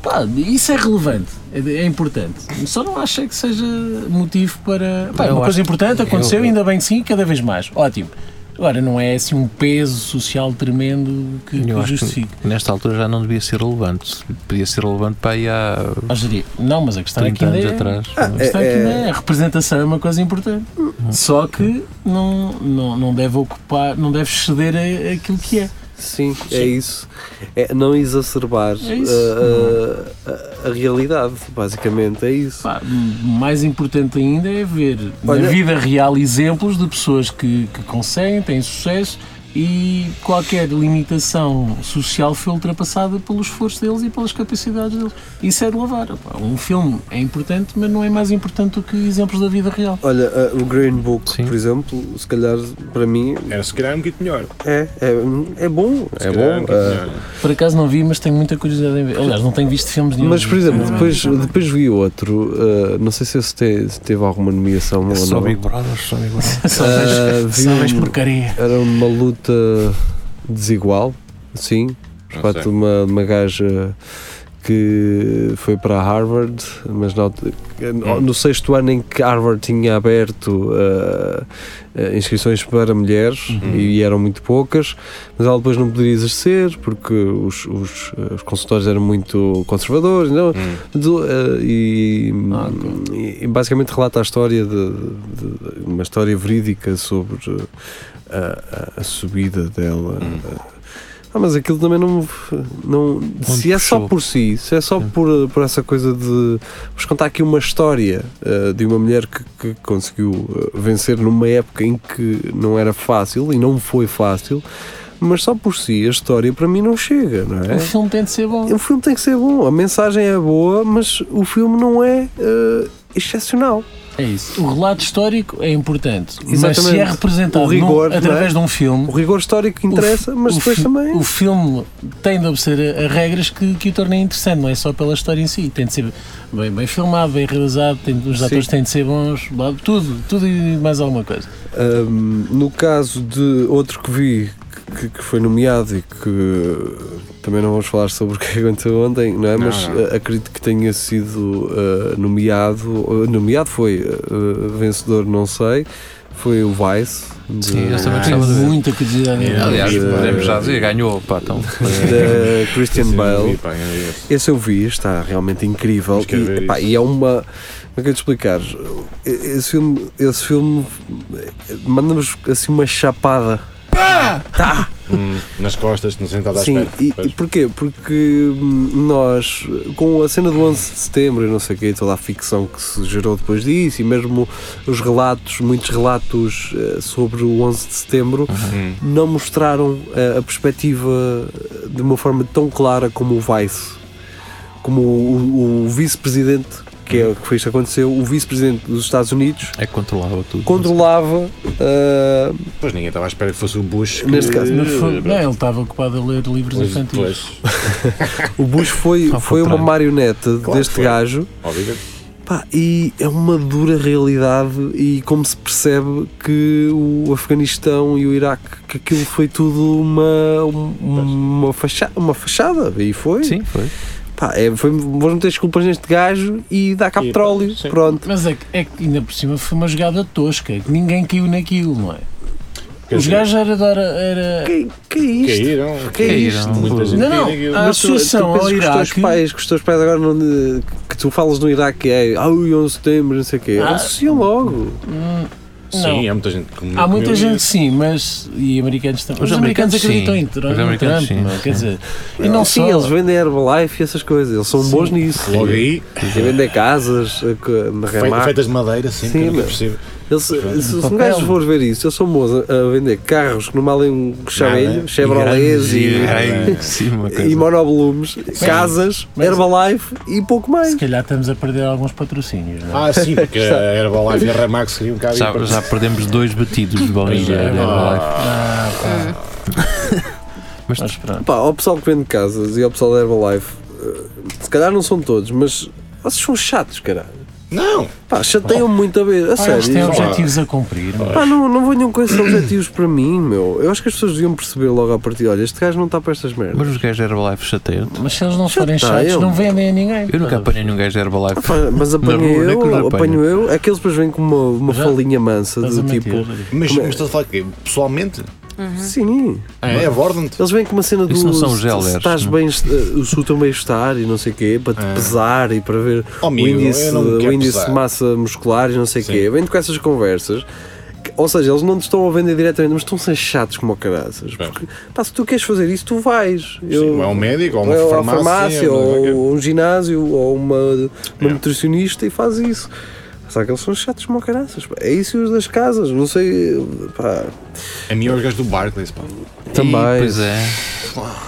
Pá, isso é relevante, é, de- é importante. Só não acho é que seja motivo para. Pá, é
Eu
uma coisa
acho-
importante, aconteceu,
eu-
ainda bem que sim, cada vez mais. Ótimo. Agora, não é assim um peso social tremendo que,
Eu
que
acho
justifique.
que nesta altura já não devia ser relevante. Podia ser relevante para aí há
Ah, Jeria, Não, mas a questão é que
30
ainda
anos
é,
atrás. Hum.
a questão é que ainda
É-
é. A representação é uma coisa importante. Só que não, não, não deve ocupar, não deve ceder a, aquilo que é.
Sim, é isso. É não exacerbar
É isso.
ah, ah, a, a realidade, basicamente, é isso.
Pá, mais importante ainda é ver
Olha-
na vida real exemplos de pessoas que, que conseguem, têm sucesso e qualquer limitação social foi ultrapassada pelo esforço deles e pelas capacidades deles. Isso é de lavar. pá. Um filme é importante, mas não é mais importante do que exemplos da vida real.
Olha, ah, o Green Book,
Sim.
por exemplo, se calhar para mim
Era se calhar um bocadinho melhor.
é, é, é bom.
Se
É
calhar era um
bom.
bocadinho
ah,
melhor.
Por acaso não vi, mas tenho muita curiosidade em ver. Aliás, não tenho visto filmes nenhum.
Eh,
Ah,
mas, por exemplo,
Não.
depois, depois vi outro, ah, não sei se esse te- se teve alguma nomeação ou
Só
não.
Big Brother, só Big Brother.
Só
Ah,
vejo,
vi
só vejo
um-
porcaria.
Era uma luta desigual, sim. Por
Não
parte de
sei.
uma, de uma gaja que foi para Harvard, mas na alt- no, no sexto ano em que Harvard tinha aberto ah, ah, inscrições para mulheres e eram muito poucas, mas ela depois não poderia exercer porque os, os, ah, os consultórios eram muito conservadores. Não, do- eh, e,
Ah,
e- e basicamente relata a história de, de- de- uma história verídica sobre eh, a, a- a subida dela. Ah, mas aquilo também não. não se é só
puxou.
por si, se é só por, por essa coisa de. Vos contar aqui uma história eh, de uma mulher que, que conseguiu eh, vencer numa época em que não era fácil e não foi fácil, mas só por si a história para mim não chega, não é?
O filme tem de ser bom.
O filme tem que ser bom, a mensagem é boa, mas o filme não é eh, excepcional.
É isso. O relato histórico é importante, mas
Exatamente.
se é representado
O rigor,
num- através
não é?
de um filme,
O rigor histórico interessa, mas
o
depois
fi-
também.
o filme tem de obedecer a, a regras que, que o tornem interessante, não é só pela história em si. Tem de ser bem, bem filmado, bem realizado, tem- os
Sim.
atores têm de ser bons, blá, tudo, tudo e mais alguma coisa.
Ahm, no caso de outro que vi que, que foi nomeado e que eh, também não vamos falar sobre o que aconteceu ontem, não é?
Não,
mas
não.
eh, acredito que tenha sido eh, nomeado. eh, nomeado foi eh, eh, vencedor, não sei. foi o Vice. de-
Sim, eu também
Tem
gostava de Ah, ver.
muita curiosidade. em-
Aliás,
Eh,
podemos já dizer, ganhou, pá, então.
da eh, Christian
Sim,
Bale.
vi, pá, é esse.
Esse eu vi, está realmente incrível.
Mas quero
E,
ver
epá,
isso.
e é uma. Como é que eu te explicar? Esse filme, esse filme manda-nos assim uma chapada.
Hum, nas costas, no sentado à
Sim,
espera.
e, e
Pois.
porquê? Porque hum, nós, com a cena do 11 de setembro e não sei o quê, toda a ficção que se gerou depois disso, e mesmo os relatos, muitos relatos eh, sobre o 11 de setembro,
Hum.
não mostraram eh, a perspectiva eh, de uma forma tão clara como o Vice, como o, o- o vice-presidente, que, é, que foi isto que aconteceu, o vice-presidente dos Estados Unidos
É que controlava tudo.
controlava eh,
Pois ninguém estava à espera que fosse o Bush.
Neste
que-
caso,
Mas foi- não, ele estava ocupado a ler livros
Pois,
infantis.
pois,
o Bush foi,
Ao
foi uma
contrário.
marionete
Claro
deste
que foi.
gajo
óbvio.
Pá, e é uma dura realidade e como se percebe que o Afeganistão e o Iraque, que aquilo foi tudo uma, um- uma, facha, uma fachada, e foi.
Sim, foi.
Pá, é, foi vamos meter desculpas neste gajo e dá cá
E,
petróleo,
sim.
pronto.
Mas é que, é que ainda por cima foi uma jogada tosca, é que ninguém caiu naquilo, não é?
Quer
Os
dizer,
gajos era. dar- era-
Que, que é isto?
Caíram.
Que é isto?
Caíram.
Muita gente
Não,
caiu
não, ah,
naquilo.
há-
Mas tu- tu
associação ao
pensas que os teus
Iraque-
pais, que os teus pais agora não, que tu falas no Iraque é ah, o 11 de setembro, não sei o quê,
Ah.
associam logo.
Hum,
Sim, há muita gente que comeu-
Há muita
comeu
gente
isso.
sim, mas. E americanos também.
Os
Os, americanos,
americanos,
acreditam
sim.
em Trump,
Os americanos,
Trump,
sim,
não é?
sim.
Quer dizer, e não
sim,
só.
eles vendem Herbalife e essas coisas, eles são bons nisso.
Logo aí,
E vender casas, a co- na
fei-
remate.
feitas de madeira, sim,
Sim,
que eu nunca
meu.
percebo.
Eles- se, se um
Papel.
gajo for ver isso, eles são bons a, a vender carros que não malem chamelho,
Nada.
chevrolets
E
e,
grandes, e- sim, uma
e,
coisa.
monoblumes, casas,
Mas-
Herbalife e pouco mais.
Se calhar estamos a perder alguns patrocínios, não é?
Ah, sim, porque a Herbalife e a Ramax queriam um cá
Já,
vir.
já perdemos dois batidos
Pois é,
de baunilha.
não.
Herbalife.
Ah, pá.
Mas-
Mas pronto.
Pá, ao pessoal que vende casas e ao pessoal da Herbalife, eh, se calhar não são todos, mas vocês são chatos, caralho.
Não!
Pá, chateiam-me muito a ver, a
Pá, Oh. Ah, eles têm um
sério. é
objetivos a cumprir. é? mas-
Pá, não, não venham com esses objetivos para mim, meu. Eu acho que as pessoas deviam perceber logo à partida: olha, este gajo não está para estas merdas.
Mas os gajos da Herbalife chateiam-te.
Mas se eles não forem
Tá,
chatos,
eu-
não vendem a ninguém.
Eu nunca apanhei nenhum gajo da Herbalife.
Pá, Mas apanho
rua, onde é que os
eu, apanho
apanhas?
eu. Aqueles depois vêm com uma, uma
Já?
falinha mansa
Estás
do
a mentir. Uhum.
tipo.
Mas,
Como é?
mas estás a falar que pessoalmente?
Sim,
É, abordam-te.
eles vêm com uma cena do.
Isso não são
se-
gelers,
se estás
não?
bem, eh, o se o teu bem-estar e não sei o quê, para te pesar e para ver
É. Oh, amigo,
o índice,
eu não me
o
quero
índice
pesar.
de massa muscular e não sei o
Sim.
quê. Vêm com essas conversas. que- Ou seja, eles não te estão a vender diretamente, mas estão a ser chatos como o caraças.
Bem.
Porque, pá, se tu queres fazer isso, tu vais. Eu-
Sim, ou é um médico, ou uma
ou à
farmácia.
farmácia,
ou não sei o quê.
ou um ginásio, ou uma, uma nutricionista e faz isso. Só que eles são chatos como caraças. pá. É isso e os das casas, não sei. pá.
A mim é os gajos do Barclays, pá.
Também.
E, pois é.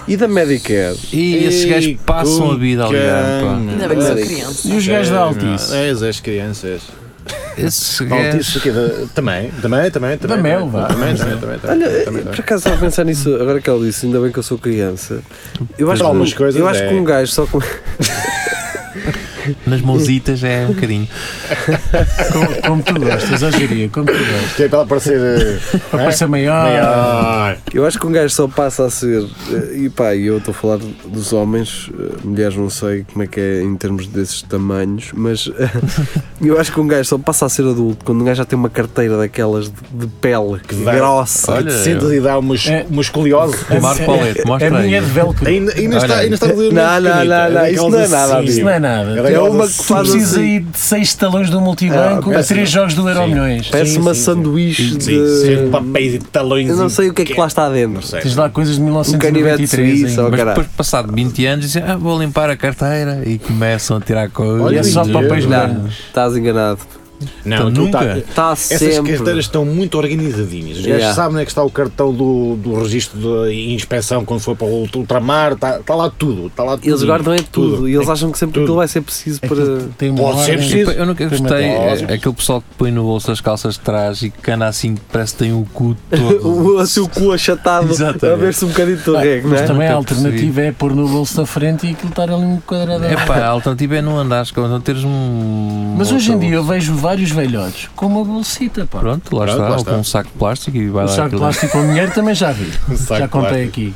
E da Medicare?
E esses
Ei,
gajos passam a vida a olhar, pá.
cana.
Ainda bem que sou
Olha,
criança.
E os gajos da Altice?
É, as crianças.
Esses
Altice
gajos.
aqui da- Também, também, também. também,
Mel, vá.
Também, também, também. também,
Olha, eh,
também,
por
também.
acaso estava a pensar nisso, agora que ele disse, ainda bem que eu sou criança. Eu acho,
Para algumas
que, um-
coisas
eu acho
é.
que um gajo só com.
Nas mãozitas é um bocadinho.
Como, como tu gostas, a geria, como tu gostas.
Que é para ela parecer. eh,
Para
é?
parecer maior.
Maior.
Eu acho que um gajo só passa a ser. eh, E pá, e eu estou a falar dos homens, eh, mulheres não sei como é que é em termos desses tamanhos, mas eh, eu acho que um gajo só passa a ser adulto quando um gajo já tem uma carteira daquelas de, de pele que
dá-
grossa.
Olha,
Te sentas e dá uma, es-
É.
uma escoliose.
Marco Paulete,
A
mostra aí.
minha é de velcro.
Ainda, ainda, está,
Olha aí.
ainda está ali.
Não, não, não, não, isso não é nada,
Isso não é nada.
É uma que faz
Precisa
assim.
aí de 6 talões do multibanco
Ah,
a 3
sim.
jogos do Euro
Sim.
Milhões.
Parece
Sim,
uma
sim, sim.
sanduíche de.
Sim, papéis e talões.
eu não
e-
sei o que é que lá está dentro.
Não sei.
Tens lá coisas de
Um canivete
1993.
suíço,
ainda.
ou
Mas
caralho.
depois, passado 20 anos, dizem, ah, vou limpar a carteira e começam a tirar coisas.
E é só
Olha,
papéis
não.
Não,
brancos.
estás enganado.
Não,
Então,
aquilo tá-
nunca.
Está
Essas
sempre.
carteiras estão muito organizadinhas. Os gajos
Yeah.
sabem onde é que está o cartão do, do registro de inspeção quando foi para o ult- ultramar. Está tá lá tudo. Tá lá tudo.
Eles guardam é tudo e eles acham que sempre
Tudo. É
aquilo vai ser preciso para.
Aquilo tem uma
Pode ser
ordem.
preciso.
Eu nunca
Tem
gostei.
matéria.
É, aquele pessoal que põe no bolso as calças de trás e que cana assim, parece que tem o cu todo.
o seu cu achatado
Exatamente.
a ver-se um bocadinho de torrego, não
Mas
é?
também a
Nunca percebi.
alternativa é pôr no bolso da frente e aquilo estar ali um quadrado.
É pá, a alternativa é não andares, que não teres um.
Mas hoje em
outra-
dia eu vejo vários velhotes com uma bolsita, pá.
Pronto, lá
Pronto,
está,
lá
ou
está.
com um saco de plástico e vai
O
lá.
saco de
aquilo.
plástico com dinheiro também já vi.
Um saco
Já
de
contei
plástico.
aqui.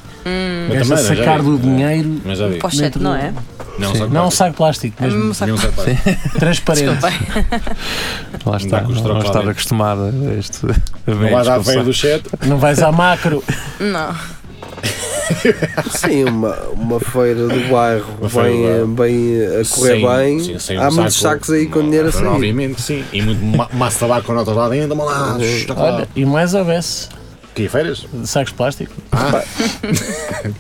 Mas
Gasta
também, não, já
sacar
vi.
do dinheiro.
Mas já vi.
Pochete, não é?
Não,
Sim.
sabe
Não um
qual?
saco de plástico,
É
mesmo
mesmo um saco
Nenhum sabe qual.
transparente.
Lá está,
dá com os
não
trocos lá
estar
dentro.
acostumada a este. a
Não
ver
vais à
isto
feira
com
do chat.
Não vais à macro.
Não.
Sim, uma, uma feira do bairro
Uma feira do
bem,
bairro.
bem a correr
Sem-
bem.
sim, sem um
Há muitos
saco.
sacos aí com
Não,
dinheiro assim. a sair.
Obviamente, sim. E muito ma- maço de tabaco com notas lá dentro. Vamos lá.
Olha, e mais houvesse
Que feiras?
sacos de plástico.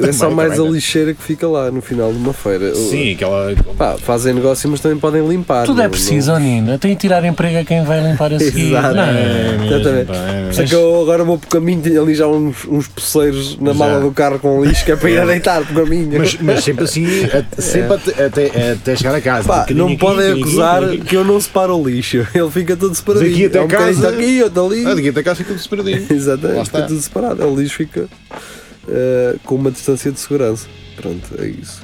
É só
Também,
mais a
também.
lixeira que fica lá no final de uma feira.
Sim, aquela.
Pá, fazem negócio, mas também podem limpar.
Tudo
não-
é
não-
preciso, ó Nina. Tem que tirar emprego a quem vai limpar a seguir.
Exato.
Não,
É mesmo,
Exatamente.
pá, é
Por
mesmo.
isso é que eu agora vou pro caminho, tenho ali já uns, uns poceiros na
Já.
mala do carro com lixo que é para ir a deitar pro caminho.
Mas, mas sempre assim, a- sempre até, até- até chegar a casa. Um
Pá,
bocadinho
não
aqui,
podem
um bocadinho aqui,
acusar
um bocadinho aqui.
que eu não separo o lixo. Ele fica todo separadinho.
Daqui até
É um bocadinho
casa-
Daqui, outro ali.
Ah, daqui até cá fica tudo separadinho.
Exatamente,
Lá
fica
está.
tudo separado. O lixo fica eh, com uma distância de segurança. Pronto, é isso.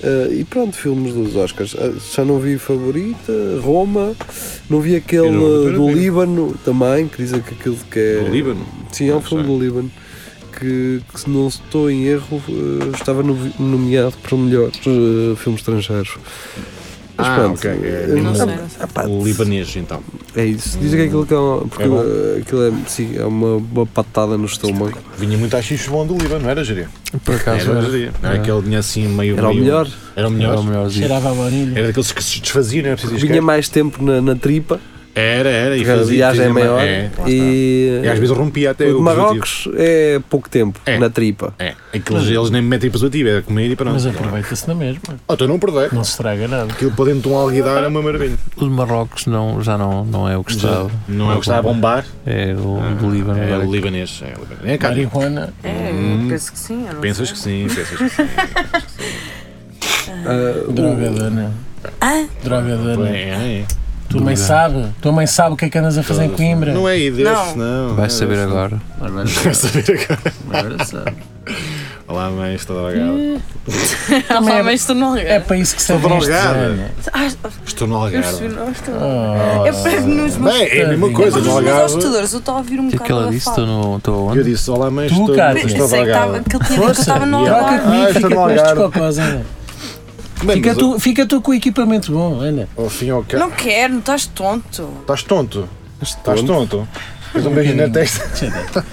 Eh, e pronto, filmes dos Oscars. Ah, já não vi Favorita, Roma, não vi aquele
Eu não vou ter a
do
ver.
Líbano também, que dizem que aquilo que é.
O Líbano?
Sim, é um
Não
filme
sei.
do Líbano. Que, que se não estou em erro, eh, estava no- nomeado para o melhor eh, filme estrangeiro. Mas
Ah,
pronto,
ok. É,
eh,
Não
Não
sei, não sei.
ah, pá,
O libanês, então.
é isso. Dizem que aquilo que é, uma- porque,
É bom.
eh, aquilo é, sim, é uma, boa patada no estômago.
Vinha muito a bom do Líbano, não era, Jeria?
Por acaso
é.
Era,
era,
Jeria. Não era aquele vinha assim meio.
Era o
meio-
melhor.
Era o
era o
melhor.
melhorzinho.
Cheirava a baunilha.
Era daqueles que se desfaziam, não é preciso
Vinha
esquecer.
mais tempo na, na tripa,
Era, era. E
porque a
fazia-
viagem é
fazia-
maior.
É, lá está.
e
E às vezes rompia
o
até
de
o preservativo.
Marrocos é pouco tempo
É.
na tripa.
É, aqueles, eles nem metem preservativo, é comer e para
Mas
nós.
aproveita-se na mesma.
Oh, então não perder.
Não se estraga nada.
Aquilo para dentro de um alguidar é uma maravilha.
O de Marrocos não, já não, não é o que estava.
Não é o que está a bombar.
É o do Líbano.
É
agora
o libanês. É, o libanês. é cá.
Marihuana.
É,
Uhum.
eu penso que sim. eu não
Pensas
sei.
que sim, pensas que sim.
Ah,
Drogadona. Drogadona.
É, é.
Tua mãe sabe? Tua mãe sabe o que é que andas a fazer em Coimbra?
Não é
Não.
idesse, não.
Vais saber
Não
agora.
Agora
é desse. Vais saber agora.
sabe.
Olá, mãe, estou
Hum.
drogada.
Ah,
Também é-
mas estou no
É
lugar.
para isso que
Estou Ah,
servem estes
drogada.
anos.
Estou no
Eu percebi,
algarve.
não, estou-
Oh,
É para nos meus.
Bem, é a mesma coisa,
Mas
no
os meus
algarve.
hostedores, eu estou a ouvir um
O que é que ela
bocado
disse? Estou no- Estou
Eu
onde?
disse, olá, mãe,
Tu,
estou
cara.
Eu
estou
sei que estava-
drogada.
que ele tinha dito que eu estava no
Yeah.
Troca
algarve.
comigo,
Ah, estou
fica
no
com estes
Algarve.
cocós, anda.
Bem,
Fica
mas
tu, fica tu com o equipamento bom, anda.
Ao fim e ao cabo.
Não quero, não estás tonto.
Estás tonto? Estás tonto? Tens um beijo na testa.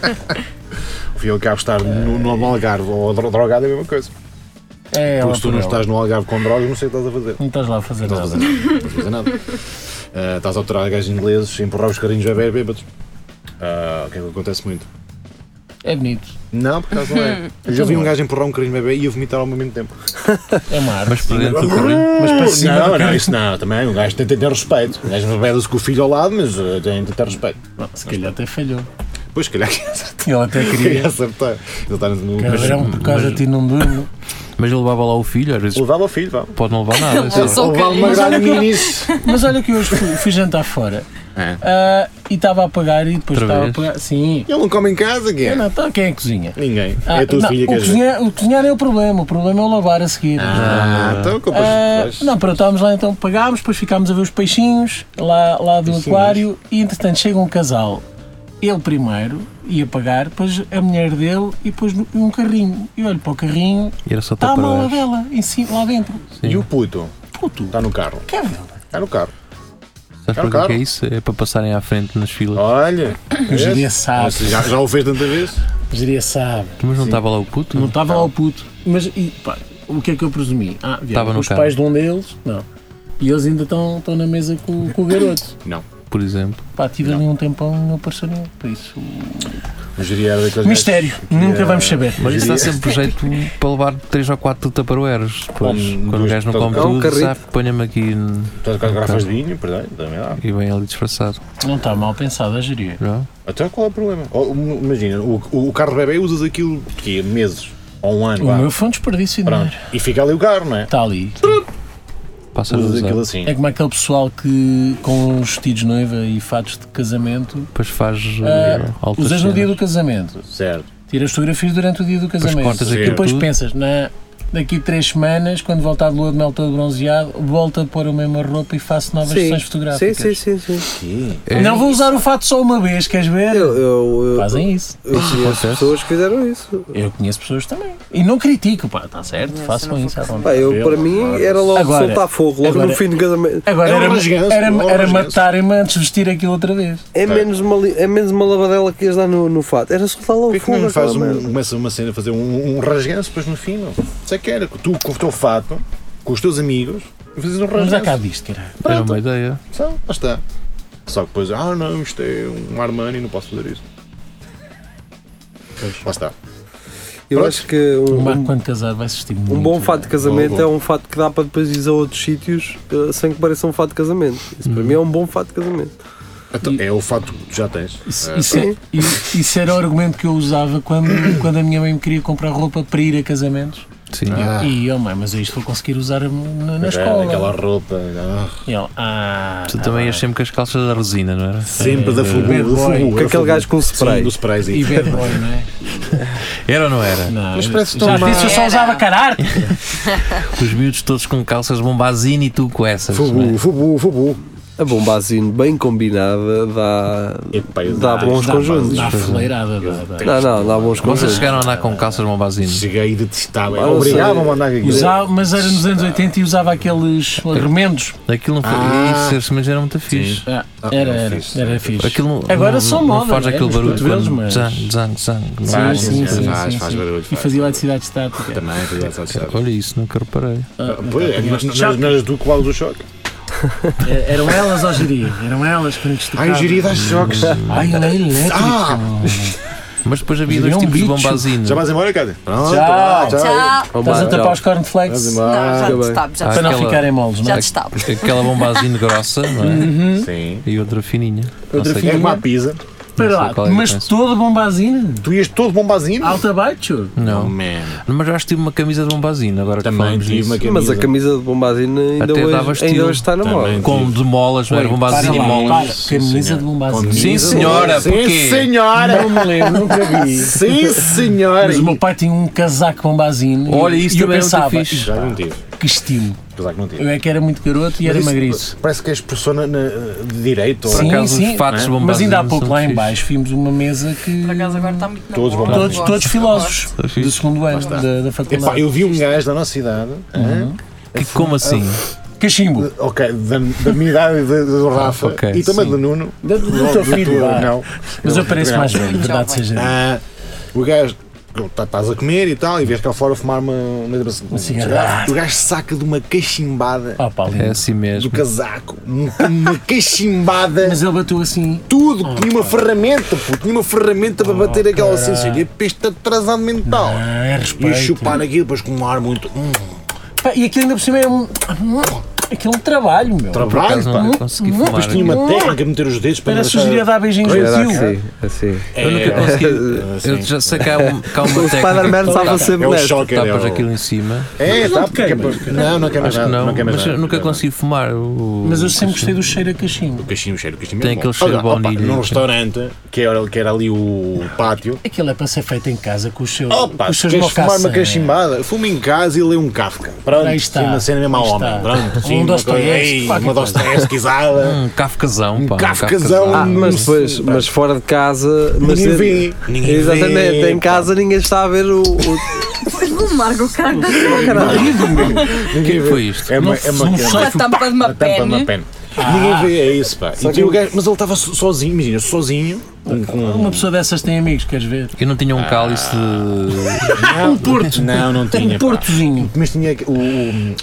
Fui ao cabo estar no, no Algarve ou dro- drogado é a mesma coisa.
É, ela
Porque se tu
por
não
ela.
estás no Algarve com drogas, não sei o que estás a fazer.
Não estás lá a fazer
Não estás a
nada.
fazer nada. Não estás a fazer nada. Ah, estás a alterar gajos ingleses, empurrar os carinhos a ver bêbados. Ah, o que é que acontece muito?
É bonito.
Não, por acaso não é. Eu já vi um gajo empurrar um carinho bebê e eu vomitar ao mesmo tempo.
É uma arte.
Mas por dentro do carrinho.
Mas para cima. Não, não, isso não, também. Um gajo tem de ter respeito. Um gajo bebe-se com o filho ao lado, mas eh, tem de ter respeito.
Bom, se calhar até falhou.
Pois, se calhar que acertar.
Ele até queria.
acertar. Ele está no.
Cabrão, por causa de ti não durmo.
Mas eu levava lá o filho, às vezes
Levava o filho, vá.
pode não levar nada.
Levava
sim.
só-
Ou vale Tá, uma
Mas
grande meninice.
Mas olha que eu hoje fui, fui jantar fora.
É.
Ah, e estava a pagar e depois
Outra
estava a
vez?
pagar. Sim.
Ele não come em casa, quem
Eu
é?
não, então quem é que cozinha?
Ninguém.
Ah,
é a tua
não,
filha que
o,
és.
cozinhar, o cozinhar é o problema, o problema é o lavar a seguir.
Ah, então compras.
Ah,
vais.
não, pronto, estávamos lá então, pagámos, depois ficámos a ver os peixinhos lá, lá do
Peixinhos.
aquário e entretanto chega um casal. Ele primeiro ia pagar, depois a mulher dele e depois no- um carrinho. Eu olho para o carrinho,
E Era só
está a
tapar.
mala dela em cima, lá dentro.
E o puto?
Puto,
Está no carro.
que é verdade?
Está no carro.
Sabes
É um
para que é
carro.
isso? É para passarem à frente nas filas.
Olha.
O Jeria
vês?
sabe,
Já, já o fez tanta vez?
o Jeria sabe.
Oh,
Mas não estava lá o puto?
Não estava lá o puto. Mas e, pá, o que é que eu presumi? Ah,
Estava
vieram
no
os
carro.
pais de um deles, não. E eles ainda estão estão na mesa com, com o garoto.
Não.
Por exemplo.
Pá, tive ali um tempão e não apareceu nenhum. Por isso.
O Jiri Um era daqueles
Mistério, nunca vamos saber.
Mas
é.
isso dá sempre jeito para levar 3 ou quatro tupperwares. Depois,
Come
quando o
dois
gajo não
tupper-
come
É um
tudo,
carrito.
sabe, ponha-me aqui n-
Estás com as garrafas de vinho, perdão, também lá.
e vem ali disfarçado.
Não está mal pensado a gerir.
Não?
Até qual é o problema? Oh, um, imagina, o, o carro bebê usas aquilo que é meses ou um ano,
O
vá.
meu foi um desperdício de
Pronto.
dinheiro.
E fica ali o carro, não é?
Está ali.
Passa a
Usas
usar.
aquilo assim.
É como aquele pessoal que com os vestidos de noiva e fatos de casamento.
Depois faz
É.
ah,
uh, altas
usas no dia
cenas.
do casamento.
Certo.
Tiras fotografias durante o dia do casamento.
cortas
e
aquilo
depois
tudo.
pensas, na daqui três semanas, quando voltar de lua de mel todo bronzeado, volto a pôr a mesma roupa e faço novas
Sim.
sessões
Sim,
fotográficas.
sim, sim. sim.
Não vou usar o fato só uma vez, queres ver?
Eu, eu, eu,
Fazem isso.
eu conheço pessoas que fizeram isso.
Eu conheço pessoas também. E não critico, pá, está certo,
Não,
façam
se não
isso à
for
vontade.
Pá, eu, para mim era logo
Agora-
soltar fogo, logo
agora-
no fim de casamento.
Agora
É um
era,
rasganço,
era,
é um
era
rasganço.
matarem-me antes de vestir aquilo outra vez.
É menos, uma, li- é menos uma lavadela que ias dar no, no fato. Era soltar logo
Porquê que
fogo.
não faz
aquela
um,
merda.
começa uma cena a fazer um, um rasganço depois no fim? Não sei que era. Tu com o teu fato, com os teus amigos, e fazes um
Vamos dar
rasganço.
cabo disto, caralho.
Era uma ideia.
Só, lá está. Só que depois, ah não, isto é um Armani, não posso fazer isso. Lá está.
Eu acho que
O
um,
Marco, quando casar, vai assistir muito.
um bom fato de casamento
Bom, bom.
é um fato que dá para depois ir a outros sítios eh, sem que pareça um fato de casamento. Isso para mim é um bom fato de casamento.
Então, é o fato que tu já tens.
Isso,
É,
isso, é- isso- isso era o argumento que eu usava quando, quando a minha mãe me queria comprar roupa para ir a casamentos.
Sim.
Ah.
E eu, mãe, mas eu isto vou conseguir usar na, na
era
escola.
é, Aquela roupa. ah,
E ela, ah,
Tu também ias sempre com as calças da resina, não era?
sempre da fubu.
bad
da
boy.
fubu,
Com
da
aquele
fubu.
gajo com o spray.
é, Sim, do sprayzinho.
e bad boy, não é?
Era ou não era?
Não,
Mas
eu-
parece
já
tão
disse, eu só
má.
usava caralho.
Os miúdos todos com calças bombazina e tu com essas. não
Fubu,
é?
fubu, fubu.
A bombazinho bem combinada dá.
Epá, eu-
Dá bons
dá-
conjuntos.
Dá
dá-
fuleirada, dá, dá.
Não, não, dá bons
Vocês
conjuntos.
chegaram a andar com calças bombazina?
Cheguei e detestava.
Ah, não
Obrigado
sei.
a mandar aqui.
Usava, mas era nos anos 80 e usava aqueles remendos.
Aquilo não foi.
Ah.
Isso, ser mas era muito fixe.
Ah, era,
era
era,
é fixe.
era fixe.
Aquilo não-
Agora
não-
são
não
moda,
Faz
não é?
aquele
Nos
barulho
cotovelos,
quando.
mas-
Zang, zang, zang. Não
Faz,
é?
Ah, sim, sim. faz, faz barulho,
E
faz.
fazia eletricidade estática.
Também, foi engraçado, sabe?
Olha isso, nunca reparei.
Ah,
Pois,
não,
é, nas,
não,
nas,
não.
nas do Cláudio do Choque.
Eh, Eram elas ao geria, eram elas que nos
Ai,
tocavam.
o giri dá choques.
Ai, ele é elétrico.
Ah!
Mas depois havia
Mas
dois
é um
tipos de
bicho.
bombazinas.
Já vais embora, Cátia? Pronto,
Tchau.
vá,
Tchau.
Estás a tapar os cornflakes
Vais
Não, já
embora.
bem.
te estava, já
Ah,
te
para não
aquela-
ficarem moles, não
Já
é?
te estava.
Aquela bombazina grossa, não é?
Sim.
E outra fininha.
Uhum. Outra
não sei
É
fininha.
como a pizza.
Espera lá,
qual é a
mas
diferença.
toda bombazina.
Tu ias todo bombazinho?
Alta baixo.
que- Não.
Man.
Mas eu acho que tive uma camisa de bombazina agora que
Também
falamos
tive
nisso.
uma camisa.
Mas a camisa de bombazina ainda,
Até dava
hoje,
estilo.
ainda hoje está na
Também.
moda.
Com de molas, não era bombazina
para
e
lá, é
molas.
para, Camisa de bombazina.
Sim, senhora,
Sim,
porquê?
senhora.
Não me lembro, nunca vi.
Sim, senhora.
Mas o meu pai tinha um casaco bombazino. e-
Olha, isso
e eu
também é muito
pensava,
fixe.
Já não tive.
que estilo.
Apesar que não tive.
Eu é que era muito garoto e era
Mas isso
magriço.
Parece que és persona na- de direito.
Por
Sim,
acaso
sim.
os fatos
Mas
bombazinos
Mas ainda há pouco
são
lá em
fixe.
baixo vimos uma mesa que.
Por acaso agora está muito na
Todos
moda.
vão
Todos,
Gosto,
todos filósofos
Tá fixe.
do segundo ano da, da faculdade.
Epá, eu vi um gajo da nossa idade.
Uhum.
hã?
Que como assim?
Cachimbo.
De- Ok, da, da minha idade e da- do Rafa
ok,
e também
sim.
do Nuno.
Do, do teu filho.
do-
vá.
não.
Mas eu pareço
Não.
mais velho, verdade
Jovem.
seja. dita.
Ah, o gajo. tá- Estás a comer e tal, e vês cá fora fumar uma, uma, uma
cigarra.
O gajo saca de uma cachimbada
Ah, pá, lindo.
É assim
do
mesmo. é
casaco, um- uma cachimbada,
Mas ele bateu assim.
tudo, tinha uma ferramenta, pô, tinha uma ferramenta
Oh,
para bater aquela sensação. E peste atrasado mental.
Ah, é
E a
respeito.
chupar aquilo, depois com um ar muito. Hum,
Pá, e aquilo ainda por cima é um. Aquilo é um trabalho, meu.
Por acaso
trabalho, pá.
nunca consegui é fumar.
Depois tinha uma técnica, meter os dedos para
Era
deixar-
sugerir a dar beijinhos
Era
no fio.
assim, assim.
Eu nunca
É,
consegui.
assim.
Eu já sei que há, um, que há uma
O Spider-Man
técnica.
estava
É
sempre
o
nesta.
choque,
Tapas
é o-
aquilo em cima.
É,
não
tá,
te
porque é
queimas,
para- Não, não queimas
Acho que
nada.
não,
queimas
mas
nada,
eu nunca
queimas
consegui fumar. o- um
Mas eu sempre gostei do cheiro a cachimbo.
nada. O cachimbo cheiro, o cachimbo
Tem
é bom.
aquele cheiro de
Olha, opa,
baunilha.
Num restaurante, que era, que era ali o pátio.
Aquilo é para ser feito em casa com os seus. com
Opa,
os
se
seus
queres fumar uma
mocassins.
cachimbada, fuma em casa e lê um Kafka. Pronto,
Aí está,
sim, uma cena mesmo ao
aí
homem.
está.
Pronto,
Um
sim, uma
Dostoiévski,
coisa-
qualquer
Uma
coisa. Hum,
Dostoiévskizada.
Um cafcazão, pá. um
cafcazão.
Ah, mas depois, mas fora de casa. Mas
Ninguém vê. Ninguém
Exatamente,
vê,
em
pá.
casa ninguém está a ver o. o-
Não marca o cara.
Ninguém
foi isto?
É uma,
Não-
é uma
não
cena.
Com a tampa de uma
A tampa de uma
pena.
pena.
Ah.
Ninguém vê, é isso, pá. E tinha o gajo- mas ele estava so- sozinho, imagina, sozinho. um com- com-
Ah, Uma pessoa dessas tem amigos, queres ver?
Eu não
Ah,
tinha um cálice de.
um porto. Não, não tinha. pá.
Um portozinho.
Mas tinha o.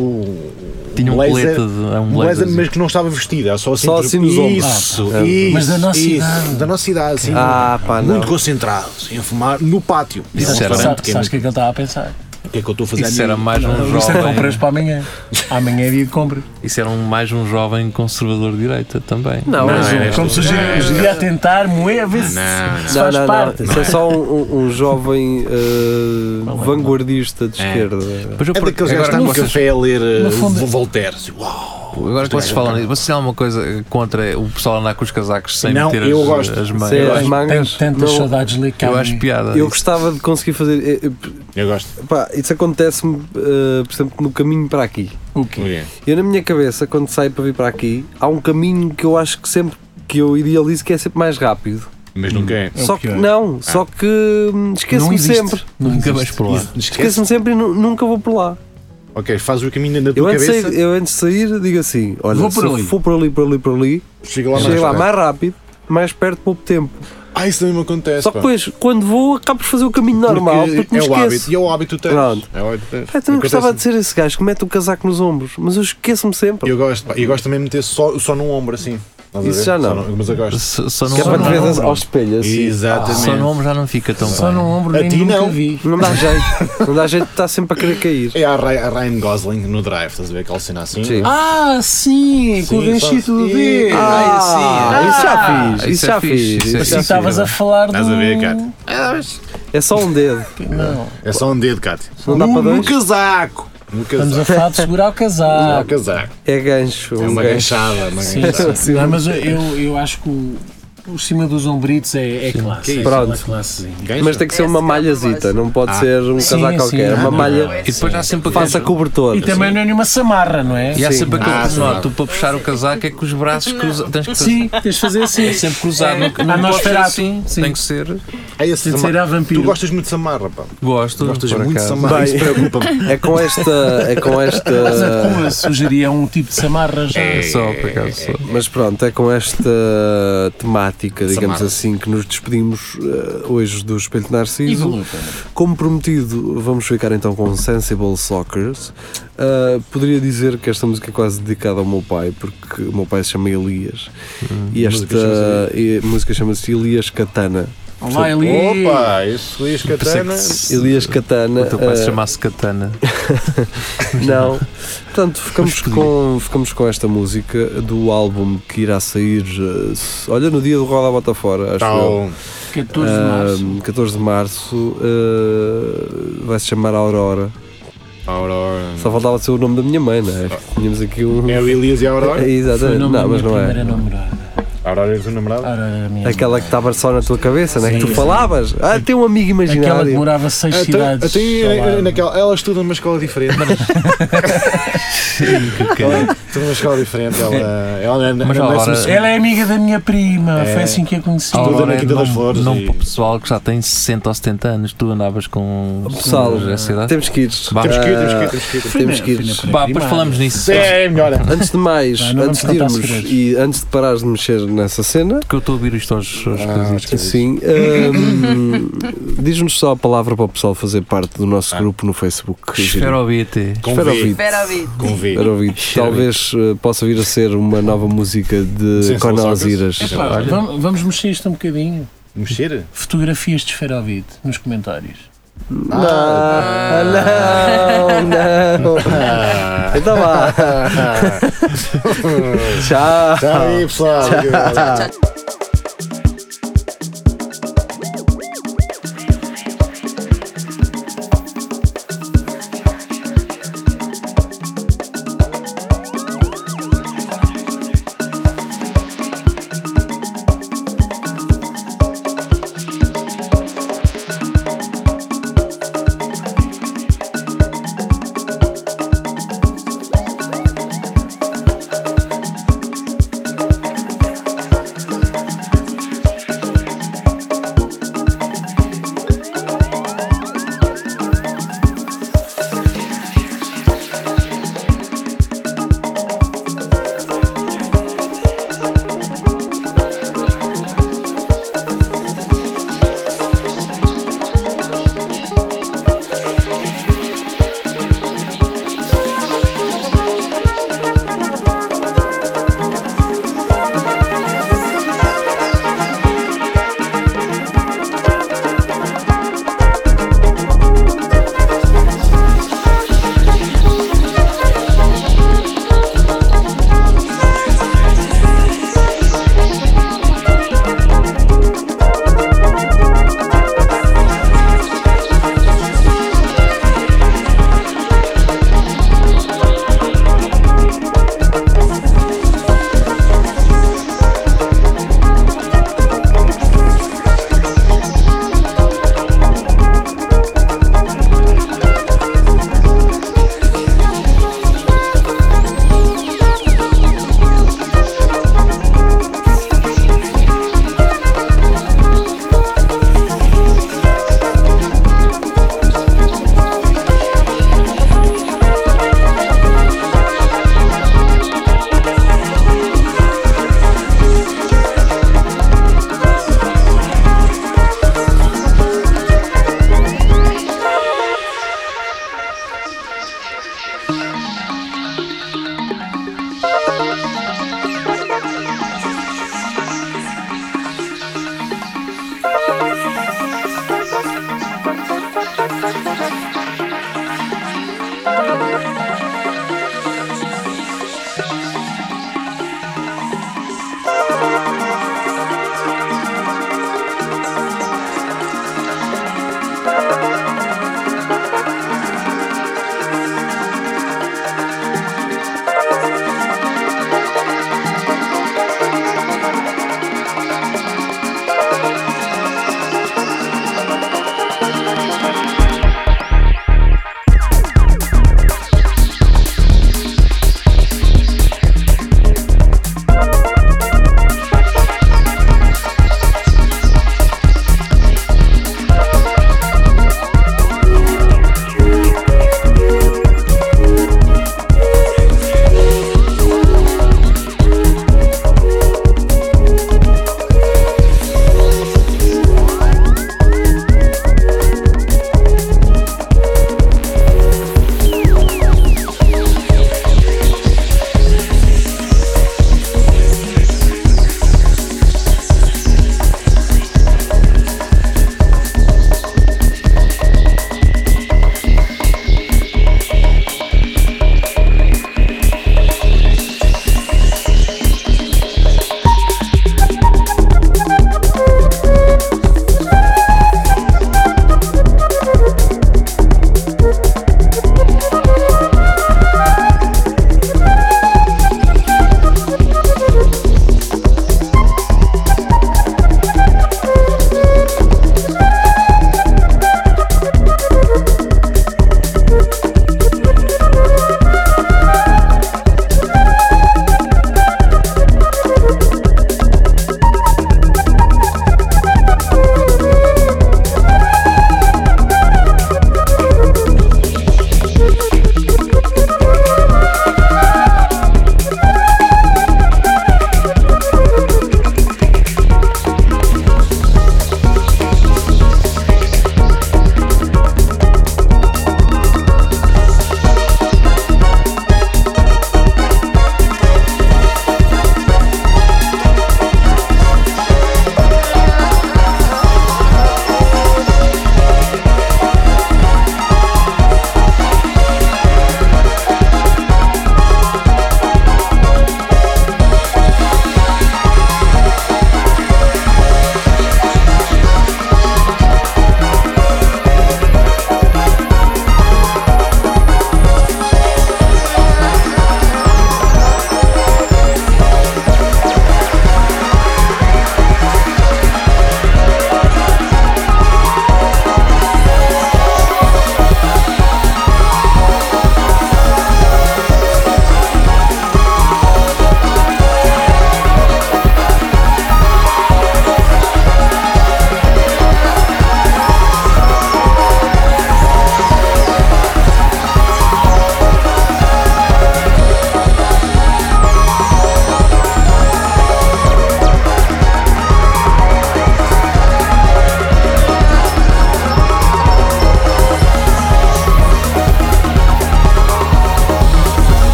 o, o
Tinha um
blazer-
colete de. é Um
um blazer,
blazer.
mas que não estava vestida, era só assim,
Só
por-
assim nos ombros.
Isso,
Ah,
isso,
Mas da nossa
isso,
idade.
Da nossa idade, assim.
Ah, pá, não.
Muito concentrados em fumar no pátio.
Isso
Era um
era-
restaurante,
Sabe-
que é
Sabes o que é que ele estava a pensar?
muito- que é que eu estou a fazer?
Isso
a
era
mim?
mais um
Isto é compras
jovem.
para amanhã. Amanhã é dia de compras.
Isso era um- mais um jovem conservador de direita também.
Não, mas
não,
um-
é
era
Como se os devia tentar moer, a ver se, se faz
não, não,
parte.
não. Isso é só um, um- um jovem eh, vanguardista de esquerda.
Mas eu
É
por-
daqueles gajos que
agora
está no
vocês-
café a ler
No
uh,
fundo-
Voltaire. assim, uau!
Agora que vocês falam nisso, vocês têm alguma coisa contra o pessoal andar com os casacos sem
Não,
meter
eu
as,
gosto.
as mangas?
Sem
Eu
as
acho-
mangas.
Tenho tantas
não-
saudades de
Eu
Licano.
acho piada.
eu
isso.
gostava de conseguir fazer. eh, eh,
Eu gosto.
pá, isso acontece-me, eh, por exemplo, no caminho para aqui.
O quê?
é?
Eu, na minha cabeça, quando saio para vir para aqui, há um caminho que eu acho que sempre que eu idealizo que é sempre mais rápido.
Mas nunca é.
É o
só que
pior.
não, só que hum,
Não
esqueço-me
existe.
sempre.
Não
Nunca
existe.
vais por lá.
Esqueço-me sempre e nu- nunca vou por lá.
Ok, faz o caminho na
Eu
tua
antes, de
cabeça.
sair, eu antes de sair digo assim: olha,
Vou
se
por ali.
for por ali, por ali, por ali,
Chega lá mais
chego lá
tarde.
mais rápido, mais perto, pouco tempo.
Ah, isso também me acontece.
Só que
pá.
depois, quando vou, acabo por fazer o caminho normal, porque, me
é o hábito.
esqueço.
E é o hábito que tens.
Pronto.
É o hábito que tens.
Pá, eu também gostava
Acontece-me.
de ser esse gajo que mete o casaco nos ombros, mas eu esqueço-me sempre.
Eu gosto, pá, e gosto também de meter só, só num ombro assim. Estás a
Isso
ver?
já não.
Só num- mas eu gosto.
Só, só no
que é para te
não,
ver
não,
ombro-
das-
não.
ao espelho assim.
Ah,
Exatamente.
só no ombro já não fica tão
é. Só
bem.
no ombro,
A
nem
ti
nunca
não.
vi.
Não dá jeito, não dá jeito, está sempre a querer cair.
É a Ry- a Ryan Gosling no Drive, estás a ver aquela cena assim?
Sim.
Ah, sim, com o
Sim,
ganchito do
sim.
dedo.
Ah,
Ah, isso já fiz,
Ah,
isso já fiz.
isso é
Assim
fixe,
estavas
não
a
é?
falar do...
Estás a ver, cara?
É só um dedo,
Não,
É só um dedo, Cátia.
não dá para
No
dois.
casaco! No
Um estamos a
casaco.
falar de segurar o
É o
casaco.
casaco.
É gancho.
É
um
uma
gancho.
ganchada, uma
Sim,
ganchada.
sim.
é
Não, mas eu, eu, eu acho que o, o cima dos ombritos é, é classe.
isso?
é
Pronto.
uma classezinha.
Gancha?
Mas tem que ser uma malhazita, não pode ser um
Sim,
casaco
sim,
qualquer.
não,
Uma
não,
malha
E depois há sempre
faça
aquele-
cobertor.
E também não é nenhuma samarra, não é?
E há
Sim.
sempre
Ah,
aquele
sim.
pormenor, tu para puxar o casaco é que os braços cruzados. Tens que
Sim, tens de fazer assim.
É sempre cruzado, não,
Ah,
não
nós
pode ser
esperado.
assim,
Sim.
tem que ser.
É esse
Tem de
samar-
ser a vampiro.
Tu gostas muito de samarra, pá.
Gosto.
Gostas
por
muito de
acaso.
samarra. Isso preocupa-me.
É com esta. É com
Mas a
esta.
tua sugeria um tipo de samarra já.
É só, por acaso. só.
Mas pronto, é com esta temática, digamos
Samara.
assim, que nos despedimos eh, hoje do Espelho de
E do
Narciso.
Lupa.
Como prometido, vamos ficar então com Sensible Soccers. Ah, poderia dizer que esta música é quase dedicada ao meu pai, porque o meu pai se chama Elias.
Hum,
e esta e a música chama-se Elias Catana.
Olá, Eli.
Opa, esse Luís
Pensei
Catana.
é
eh,
que
Elias Catana.
o teu pai se
ah,
chamasse Katana.
Não. Portanto, ficamos com, ficamos com esta música do álbum que irá sair, eh, se- olha, no dia do Roda a Bota Fora, acho
Tá
eu.
Tal.
14 de março.
Ahm, 14 de março. eh, vai se chamar Aurora.
Aurora.
Só faltava ser o nome da minha mãe, não é? Tínhamos aqui um.
Ah. É o Elias e a
É,
Aurora?
Foi o
Exatamente,
nome da
não, mas
minha
não
primeira
é.
namorada.
A Aurora é o teu namorado?
Ora, era a minha
Aquela que estava só na tua cabeça, não é? Que
Sim,
tu
sim.
falavas. Ah, tem um amigo
Aquela que
imaginário.
morava seis
Até-
cidades.
até
ao lado.
naquela- ela estuda numa escola diferente. ela estuda numa escola diferente. Ela, ela, ela,
Mas
ela
agora-
nasce-
Ela é amiga da minha prima,
É.
foi assim que a conheci.
Tudo
Agora
na
é
Quinta das
não-
Flores
Não
e-
para o pessoal que já tem 60 ou 70 anos, tu andavas com
Pessoal,
com essa idade.
temos que ir.
Vá.
Temos que ir, temos que
Ah,
ir, temos que ir.
Foi
temos
na-
que ir.
foi na é primeira
Pá, depois
primária.
falhor nisso.
Sim, é melhor.
Antes de mais,
Não, não
antes de
vamos contar
irmos
segredos.
e antes de parares de mexer nessa cena,
Porque eu estou a ouvir isto aos,
Ah,
aos coisitos.
é
Sim. hum, Diz-nos só a palavra para o pessoal fazer parte do
Ah.
nosso grupo no Facebook.
Espero ao BT.
Espero ouvir.
Espera a vida.
Convite.
Espero ouvir. Talvez eh, possa vir a ser uma nova música de
Sim,
Conan
são
Alziras.
Pá, vamos, vamos mexer isto um bocadinho.
Mexer?
Fotografias de esferovite nos comentários.
Não, não, não.
Ah.
Então vá. Tchau.
Tchau aí, pessoal.
Tchau, tchau.